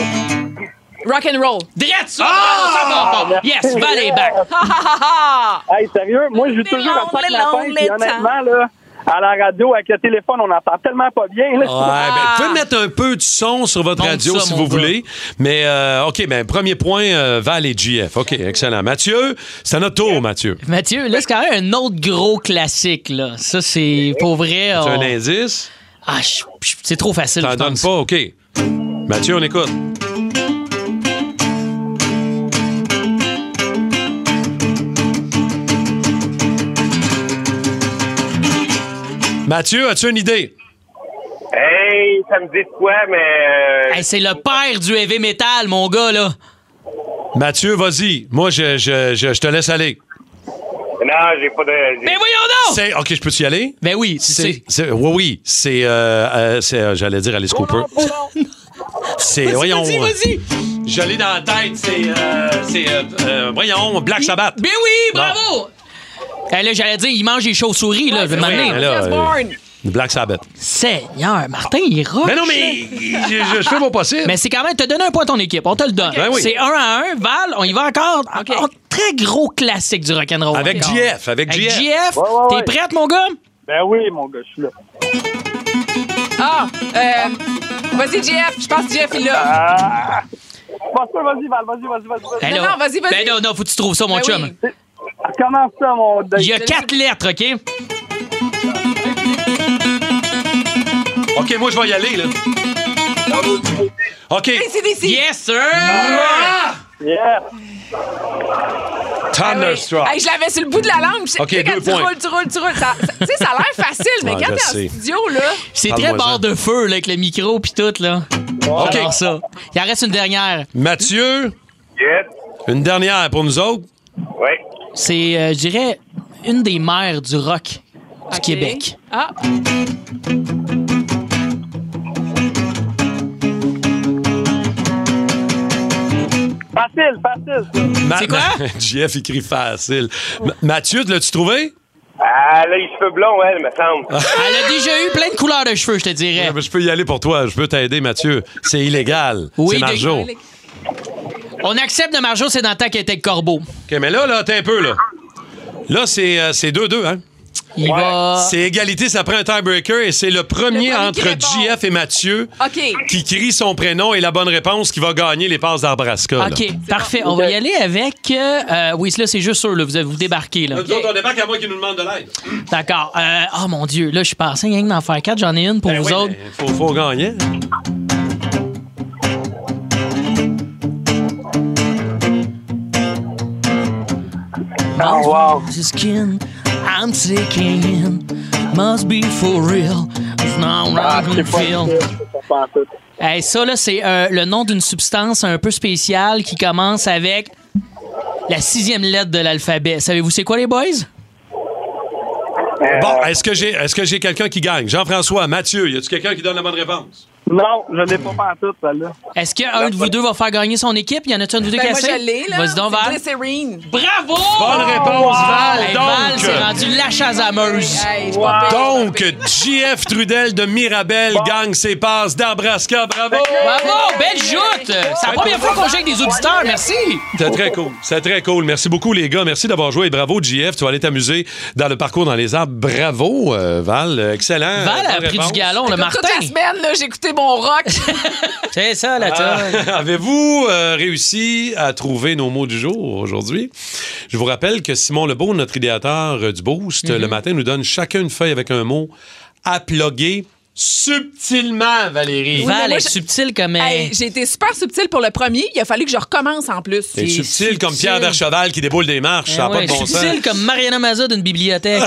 [SPEAKER 3] Rock and roll.
[SPEAKER 1] Drette ça!
[SPEAKER 3] Ah!
[SPEAKER 1] bravo, ça, bravo. Yes, Val est back.
[SPEAKER 3] Ha, ha, ha, ha.
[SPEAKER 16] (laughs) Hey, sérieux, moi, je joue toujours à
[SPEAKER 3] Lonely,
[SPEAKER 16] sac lapin,
[SPEAKER 3] lonely
[SPEAKER 16] puis honnêtement, là,
[SPEAKER 20] à la radio, avec le téléphone, on entend tellement pas bien. là.
[SPEAKER 2] Ouais, ben, vous pouvez mettre un peu de son sur votre
[SPEAKER 20] Montre
[SPEAKER 2] radio
[SPEAKER 20] ça,
[SPEAKER 2] si
[SPEAKER 20] mon
[SPEAKER 2] vous
[SPEAKER 20] gars.
[SPEAKER 2] voulez. Mais, euh, OK, ben, premier point, euh, Val et GF. OK, excellent. Mathieu, c'est à notre tour, Mathieu.
[SPEAKER 1] Mathieu, là, c'est quand même un autre gros classique, là. Ça, c'est pour vrai.
[SPEAKER 2] Tu as
[SPEAKER 1] on-
[SPEAKER 2] un indice?
[SPEAKER 1] Ah, je- je- c'est trop facile.
[SPEAKER 2] T'en
[SPEAKER 1] je
[SPEAKER 2] donnes
[SPEAKER 1] pense.
[SPEAKER 2] pas, OK. Mathieu, on écoute. Mathieu, as-tu une idée?
[SPEAKER 19] Hey, ça me dit de quoi, mais. euh,
[SPEAKER 1] Hey, c'est le père du heavy metal, mon gars, là.
[SPEAKER 2] Mathieu, vas-y. Moi, je, je- je- je te laisse aller.
[SPEAKER 19] Non, Ah, j'ai pas de. Mais
[SPEAKER 1] voyons
[SPEAKER 2] C'est- OK, je peux-tu y aller?
[SPEAKER 1] Ben oui.
[SPEAKER 2] C'est, c'est- oui, oui. C'est, euh, euh, c'est, euh, j'allais dire Alice Cooper. C'est, voyons.
[SPEAKER 1] Oh, vas-y.
[SPEAKER 2] J'allais dans la tête, c'est, euh, c'est, euh, euh, voyons, Black Sabbath.
[SPEAKER 1] Ben oui, bravo! Eh, là, j'allais dire, il mange des chauves-souris, là. Je vais
[SPEAKER 2] Ben oui,
[SPEAKER 1] m'amener.
[SPEAKER 2] mais là, euh, Black Sabbath.
[SPEAKER 1] Seigneur, Martin, il roche.
[SPEAKER 2] Mais non, mais je, je fais mon possible.
[SPEAKER 1] Mais c'est quand même, te donner un point à ton équipe. On te le donne.
[SPEAKER 2] Ben oui.
[SPEAKER 1] C'est un à un. Val, on y va encore. Encore très gros classique du rock'n'roll.
[SPEAKER 2] Avec
[SPEAKER 1] Encore.
[SPEAKER 2] GF, Oh avec
[SPEAKER 1] Avec
[SPEAKER 2] GF.
[SPEAKER 1] GF,
[SPEAKER 2] Ouais, ouais,
[SPEAKER 1] t'es
[SPEAKER 2] ouais.
[SPEAKER 1] prête, mon gars?
[SPEAKER 20] Ben oui, mon gars, je suis là.
[SPEAKER 3] Ah, euh, vas-y, JF. Je pense que JF est là.
[SPEAKER 16] Ah,
[SPEAKER 20] Vas-y, vas-y, Val, vas-y, vas-y, vas-y. vas-y.
[SPEAKER 1] Ben là, Ben non, non, faut que tu trouves ça, mon
[SPEAKER 20] Ben
[SPEAKER 1] chum.
[SPEAKER 20] oui. Comment ça, mon
[SPEAKER 1] Il y a quatre lettres, OK?
[SPEAKER 2] OK, moi, je vais y aller, là. OK.
[SPEAKER 1] Yes, sir!
[SPEAKER 20] Ah! Yeah.
[SPEAKER 2] ah Thunderstruck.
[SPEAKER 3] Ben Hey, je l'avais sur le bout de la langue. Je-
[SPEAKER 2] Ok,
[SPEAKER 3] tu sais,
[SPEAKER 2] deux
[SPEAKER 3] quand tu
[SPEAKER 2] points.
[SPEAKER 3] roules, tu roules, tu roules. Ça- ça- Tu sais, ça a l'air facile, mais
[SPEAKER 2] Ouais,
[SPEAKER 3] quand
[SPEAKER 2] je
[SPEAKER 3] t'es en
[SPEAKER 2] sais.
[SPEAKER 3] studio, là.
[SPEAKER 1] C'est très
[SPEAKER 2] Parle-moi-en.
[SPEAKER 1] barre de feu, là, avec le micro pis tout, là.
[SPEAKER 2] OK.
[SPEAKER 1] J'adore ça. Il en reste une dernière.
[SPEAKER 2] Mathieu, une dernière pour nous autres.
[SPEAKER 19] Oui.
[SPEAKER 1] C'est, euh, je dirais, une des mères du rock du Québec.
[SPEAKER 3] Ah.
[SPEAKER 20] Facile, facile. ça.
[SPEAKER 2] C'est (laughs) quoi? GF écrit facile. Ma- Mathieu, l'as-tu trouvé?
[SPEAKER 19] Ah, là, les cheveux blonds, elle, me semble.
[SPEAKER 2] Ah.
[SPEAKER 1] Elle a déjà eu plein de couleurs de cheveux, je te dirais.
[SPEAKER 2] Ouais, mais je peux y aller pour toi. Je peux t'aider, Mathieu. C'est illégal.
[SPEAKER 1] Oui,
[SPEAKER 2] c'est Marjo.
[SPEAKER 1] de- On accepte de Marjo, c'est dans le temps qu'elle était le corbeau.
[SPEAKER 2] OK, mais là, là, t'es un peu, là. Là, c'est euh, c'est 2-2, hein?
[SPEAKER 1] Il va-
[SPEAKER 2] C'est égalité, ça prend un tiebreaker et c'est Ah. le premier entre GF et Mathieu
[SPEAKER 3] OK. Ben,
[SPEAKER 2] qui crie son prénom et la bonne réponse qui va gagner les passes d'Arbrasca. là.
[SPEAKER 1] OK, parfait. On va y aller avec. euh, euh, oui, là, c'est juste sûr, là. Vous, vous débarquez, là.
[SPEAKER 2] Nous autres, on débarque à moi qui nous demande de l'aide.
[SPEAKER 1] D'accord. Euh, oh mon Dieu, là, je suis passé rien que d'en faire quatre. J'en ai une pour
[SPEAKER 2] Ben
[SPEAKER 1] vous Ben, autres.
[SPEAKER 2] Faut, faut gagner.
[SPEAKER 1] Oh, wow. skin I'm taking in must be for real. It's not what I can feel. Hey, ça, là, c'est euh, le nom d'une substance un peu spéciale qui commence avec la sixième lettre de l'alphabet. Savez-vous c'est quoi, les boys?
[SPEAKER 2] Bon, est-ce que j'ai est-ce que j'ai quelqu'un qui gagne? Jean-François, Mathieu, y a-tu quelqu'un qui donne la bonne réponse?
[SPEAKER 20] Non, je l'ai pas pas toute, celle-là.
[SPEAKER 1] Est-ce qu'un de vous deux va faire gagner son équipe? Y en a-tu un de vous deux
[SPEAKER 3] Ben,
[SPEAKER 1] qui
[SPEAKER 3] moi,
[SPEAKER 1] essaie?
[SPEAKER 3] je l'ai, là.
[SPEAKER 1] Vas-y donc,
[SPEAKER 3] C'est
[SPEAKER 1] Val.
[SPEAKER 3] Glycérine.
[SPEAKER 1] Bravo!
[SPEAKER 2] Bonne réponse, Oh! Val.
[SPEAKER 1] Hey,
[SPEAKER 2] Donc-
[SPEAKER 1] Val, c'est rendu la chasameuse.
[SPEAKER 3] Hey, c'est pas pire.
[SPEAKER 2] Donc, JF Trudel de Mirabel gagne ses passes d'Arbrasca. Bravo!
[SPEAKER 1] Bravo! Belle joute! C'est la première fois qu'on joue avec des auditeurs. Merci!
[SPEAKER 2] C'était très cool. C'était très cool. Merci beaucoup, les gars. Merci d'avoir joué. Et Bravo, JF. Tu vas aller t'amuser dans le parcours dans les arbres. Bravo, euh, Val. Excellent.
[SPEAKER 1] Val a
[SPEAKER 2] Bonne
[SPEAKER 1] pris
[SPEAKER 2] réponse.
[SPEAKER 1] du galon, le
[SPEAKER 3] Comme
[SPEAKER 1] Martin.
[SPEAKER 3] Toute la semaine, là, j'ai écouté
[SPEAKER 1] (laughs)
[SPEAKER 3] mon rock.
[SPEAKER 1] C'est ça, la toile.
[SPEAKER 2] Ah, (laughs) Avez-vous euh, réussi à trouver nos mots du jour aujourd'hui? Je vous rappelle que Simon Lebeau, notre idéateur euh, du Boost, le matin, nous donne chacun une feuille avec un mot à plugger subtilement, Valérie.
[SPEAKER 3] Oui, mais
[SPEAKER 1] Val
[SPEAKER 3] moi,
[SPEAKER 1] est
[SPEAKER 3] je-
[SPEAKER 1] subtil comme... euh,
[SPEAKER 3] Hey, j'ai été super subtile pour le premier. Il a fallu que je recommence en plus.
[SPEAKER 2] C'est subtil, comme Pierre Vercheval qui déboule des marches. ça n'a
[SPEAKER 1] Ben Eh Ouais,
[SPEAKER 2] pas de bon sens.
[SPEAKER 1] subtil comme Mariana Mazza d'une (laughs) bibliothèque.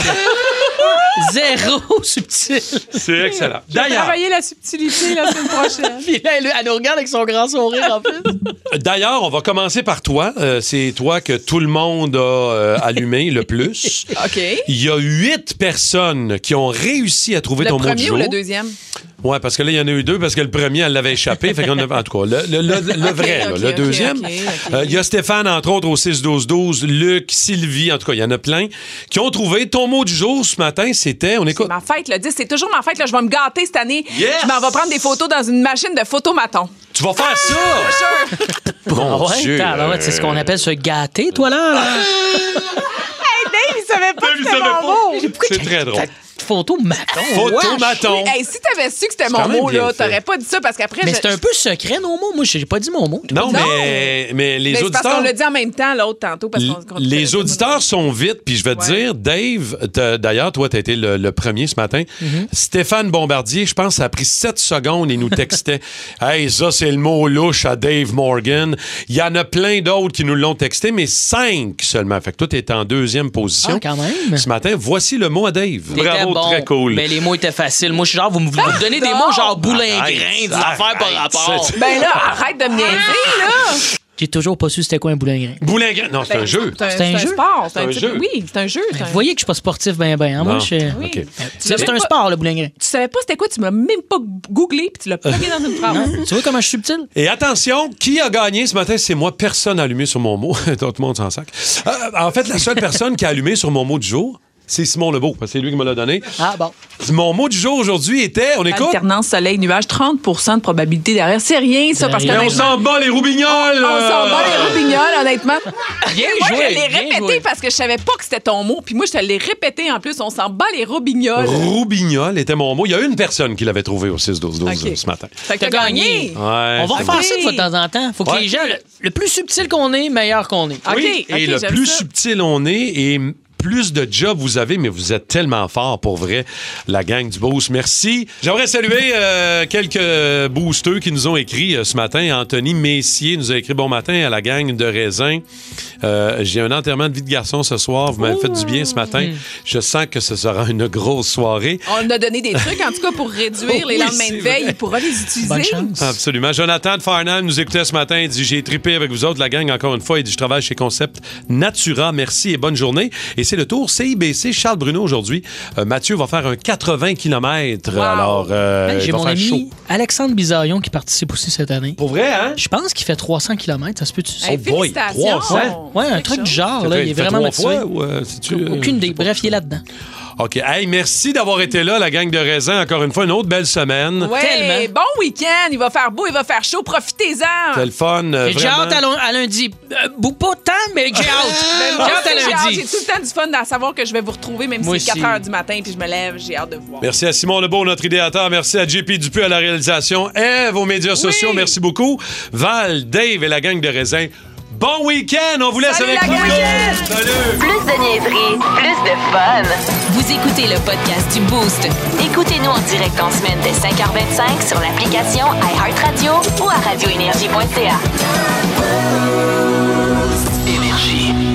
[SPEAKER 1] Zéro subtil.
[SPEAKER 2] C'est excellent.
[SPEAKER 3] Je vais
[SPEAKER 2] D'ailleurs,
[SPEAKER 3] travailler la subtilité la
[SPEAKER 2] (laughs)
[SPEAKER 3] semaine prochaine.
[SPEAKER 1] Puis là, elle, elle nous regarde avec son grand sourire en plus.
[SPEAKER 2] D'ailleurs, on va commencer par toi. Euh, c'est toi que tout le monde a euh, allumé le plus.
[SPEAKER 3] OK.
[SPEAKER 2] Il y a huit personnes qui ont réussi à trouver
[SPEAKER 3] Le
[SPEAKER 2] ton mot du
[SPEAKER 3] premier ou
[SPEAKER 2] jour.
[SPEAKER 3] le deuxième?
[SPEAKER 2] Ouais, parce que là, il y en a eu deux, parce que le premier, elle l'avait échappé. fait qu'on a- en tout cas, le, le- le- le vrai, là,
[SPEAKER 3] ok,
[SPEAKER 2] le
[SPEAKER 3] ok,
[SPEAKER 2] deuxième.
[SPEAKER 3] ok, ok.
[SPEAKER 2] Euh, il y a Stéphane, entre autres, au 6-12-12, Luc, Sylvie, en tout cas, il y en a plein, qui ont trouvé ton mot du jour ce matin. C'était, on écoute.
[SPEAKER 3] Ma fête, le 10, c'est toujours ma fête. Là. Je vais me gâter cette année.
[SPEAKER 2] Yes!
[SPEAKER 3] Je m'en vais prendre des photos dans une machine de photomaton.
[SPEAKER 2] Tu vas faire ça!
[SPEAKER 3] Ah!
[SPEAKER 2] Mon
[SPEAKER 1] Ah ouais,
[SPEAKER 2] Dieu,
[SPEAKER 1] tabarouette,
[SPEAKER 2] euh,
[SPEAKER 1] c'est ce qu'on appelle se gâter, toi là. là.
[SPEAKER 3] Hey, Dave, il savait pas
[SPEAKER 2] Dave, il
[SPEAKER 3] que c'était
[SPEAKER 2] savait
[SPEAKER 3] mon
[SPEAKER 2] pas.
[SPEAKER 3] mot.
[SPEAKER 2] C'est très drôle.
[SPEAKER 1] photo maton. Wesh.
[SPEAKER 3] Oui, (laughs) hey, si t'avais su que c'était
[SPEAKER 1] C'est
[SPEAKER 3] mon
[SPEAKER 1] quand même
[SPEAKER 3] mot,
[SPEAKER 1] bien
[SPEAKER 3] là,
[SPEAKER 1] fait.
[SPEAKER 3] t'aurais pas dit ça parce qu'après.
[SPEAKER 1] Mais
[SPEAKER 3] je-
[SPEAKER 1] c'est un peu secret, nos mots. Moi, j'ai pas dit mon mot.
[SPEAKER 2] Non, mais, mais les
[SPEAKER 3] Mais ben, c'est
[SPEAKER 2] auditeurs.
[SPEAKER 3] parce qu'on l'a dit en même temps, l'autre, tantôt, parce qu'on. qu'on-
[SPEAKER 2] Les auditeurs sont vite, puis je vais te dire, Dave, t'as- d'ailleurs, toi, tu as été le, le premier ce matin.
[SPEAKER 1] Mm-hmm.
[SPEAKER 2] Stéphane Bombardier, je pense, ça a pris 7 secondes, il nous
[SPEAKER 1] (laughs)
[SPEAKER 2] textait Hey, ça, c'est le mot louche à Dave Morgan. Il y en a plein d'autres qui nous l'ont texté, mais 5 seulement. Fait que toi, tu en deuxième position.
[SPEAKER 1] Ah, quand même.
[SPEAKER 2] Ce matin, voici le mot à Dave.
[SPEAKER 1] T'étais
[SPEAKER 2] Bravo,
[SPEAKER 1] bon,
[SPEAKER 2] très cool.
[SPEAKER 1] Mais les mots étaient faciles. Moi, je suis genre, vous me, vous me donnez des mots genre boulingrin,
[SPEAKER 2] Arrête,
[SPEAKER 1] des affaires par
[SPEAKER 2] arrête,
[SPEAKER 1] rapport.
[SPEAKER 2] c'est-
[SPEAKER 3] Ben là, arrête de me niaiser, là!
[SPEAKER 1] J'ai toujours pas su c'était quoi un boulingrin.
[SPEAKER 2] Boulingrin, non,
[SPEAKER 1] Ben,
[SPEAKER 2] c'est un jeu.
[SPEAKER 3] C'est un, c'est un sport. C'est un, type-
[SPEAKER 2] jeu.
[SPEAKER 3] Oui, c'est un jeu. c'est un-
[SPEAKER 1] Vous voyez que je suis pas sportif, ben, ben. hein, Moi,
[SPEAKER 2] Non.
[SPEAKER 1] je suis-
[SPEAKER 2] Oui. OK.
[SPEAKER 1] C'est
[SPEAKER 3] Tu
[SPEAKER 1] c'est
[SPEAKER 3] l'as
[SPEAKER 1] un
[SPEAKER 3] pas-
[SPEAKER 1] sport, le boulingrin.
[SPEAKER 3] Tu savais pas c'était quoi, tu m'as même pas googlé puis tu l'as
[SPEAKER 2] (laughs)
[SPEAKER 3] plugué dans une phrase.
[SPEAKER 1] Tu vois comment je suis subtil?
[SPEAKER 2] Et attention, qui a gagné ce matin? C'est moi. Personne n'a allumé sur mon mot. (laughs) Tout le monde s'en sac. Euh, en fait, la seule personne qui a allumé sur mon mot du jour, c'est Simon Lebeau, parce que c'est lui qui me l'a donné.
[SPEAKER 1] Ah bon.
[SPEAKER 2] Mon mot du jour aujourd'hui était, on écoute,
[SPEAKER 3] Alternance soleil-nuage, 30 de probabilité derrière. C'est rien, ça, parce que.
[SPEAKER 2] Mais on
[SPEAKER 3] honnêtement-
[SPEAKER 2] s'en bat les roubignoles!
[SPEAKER 3] On s'en bat les roubignoles, honnêtement.
[SPEAKER 1] Bien
[SPEAKER 3] moi,
[SPEAKER 1] joué,
[SPEAKER 3] je l'ai
[SPEAKER 1] bien
[SPEAKER 3] répété
[SPEAKER 1] joué.
[SPEAKER 3] parce que je savais pas que c'était ton mot. Puis moi, je te l'ai répété en plus. On s'en bat les roubignoles.
[SPEAKER 2] Roubignol était mon mot. Il y a une personne qui l'avait trouvé au 6-12-12
[SPEAKER 3] Ok.
[SPEAKER 2] ce matin.
[SPEAKER 3] Fait que t'as gagné.
[SPEAKER 2] Ouais,
[SPEAKER 1] on va
[SPEAKER 2] c'est
[SPEAKER 1] refaire
[SPEAKER 2] bon.
[SPEAKER 1] ça une fois de temps en temps. Faut que
[SPEAKER 2] Ouais.
[SPEAKER 1] les gens, le, le plus subtil qu'on est, meilleur qu'on est.
[SPEAKER 2] Oui, et le plus subtil on est, et m- plus de jobs vous avez, mais vous êtes tellement fort pour vrai, la gang du Boost. Merci. J'aimerais saluer euh, quelques boosteux qui nous ont écrit euh, ce matin. Anthony Messier nous a écrit Bon matin à la gang de raisin. Euh, J'ai un enterrement de vie de garçon ce soir. Vous m'avez fait du bien ce matin. Je sens que ce sera une grosse soirée.
[SPEAKER 3] On a donné des trucs, en tout cas, pour réduire les
[SPEAKER 2] Oui,
[SPEAKER 3] lendemains
[SPEAKER 2] c'est
[SPEAKER 3] de veille.
[SPEAKER 2] vrai.
[SPEAKER 3] Il pourra les utiliser.
[SPEAKER 2] Absolument. Jonathan de Farnham nous écoutait ce matin. Il dit J'ai tripé avec vous autres, la gang, encore une fois. Il dit Je travaille chez Concept Natura. Merci et bonne journée. Et c'est le tour CIBC Charles Bruno aujourd'hui. Euh, Mathieu va faire un 80 km. Alors, euh,
[SPEAKER 1] Hey,
[SPEAKER 2] il
[SPEAKER 1] Ben, J'ai
[SPEAKER 2] va
[SPEAKER 1] mon
[SPEAKER 2] faire
[SPEAKER 1] ami
[SPEAKER 2] chaud.
[SPEAKER 1] Alexandre Bizarion qui participe aussi cette année.
[SPEAKER 2] Pour vrai, hein?
[SPEAKER 1] Je pense qu'il fait 300 km, ça se peut-tu?
[SPEAKER 3] Hey, Oh boy, félicitations. 300?
[SPEAKER 1] Ouais, un truc du genre,
[SPEAKER 2] Ça
[SPEAKER 1] là,
[SPEAKER 2] fait-
[SPEAKER 1] il est
[SPEAKER 2] fait
[SPEAKER 1] vraiment
[SPEAKER 2] trois
[SPEAKER 1] motivé.
[SPEAKER 2] fois, ou, euh, c'est-tu, euh,
[SPEAKER 1] Aucune idée. Bref, il est là-dedans.
[SPEAKER 2] OK. Hey, merci d'avoir été là, la gang de raisin. Encore une fois, une autre belle semaine.
[SPEAKER 3] Ouais, bon week-end. Il va faire beau, il va faire chaud. Profitez-en.
[SPEAKER 2] C'était le fun. euh,
[SPEAKER 1] Et j'ai hâte
[SPEAKER 2] vraiment.
[SPEAKER 1] à, lun- à lundi. Euh, bou- pas tant, mais j'ai (laughs) hâte.
[SPEAKER 3] Ben,
[SPEAKER 1] j'ai hâte
[SPEAKER 3] j'ai
[SPEAKER 1] à
[SPEAKER 3] hâte,
[SPEAKER 1] lundi.
[SPEAKER 3] J'ai tout le temps du fun d'en savoir que je vais vous retrouver, même
[SPEAKER 2] Moi
[SPEAKER 3] si c'est
[SPEAKER 2] aussi.
[SPEAKER 3] 4 heures du matin, puis je me lève, j'ai hâte de vous voir.
[SPEAKER 2] Merci à Simon Lebeau, notre idéateur. Merci à JP Dupuis à la réalisation. Eve aux médias sociaux, merci beaucoup. Val, Dave et la gang de raisins. Bon week-end! On vous laisse avec nous.
[SPEAKER 10] Plus de niaiserie, plus de fun. Vous écoutez le podcast du Boost. Écoutez-nous en direct en semaine dès 5h25 sur l'application iHeartRadio ou à radioénergie.ca.
[SPEAKER 7] Énergie.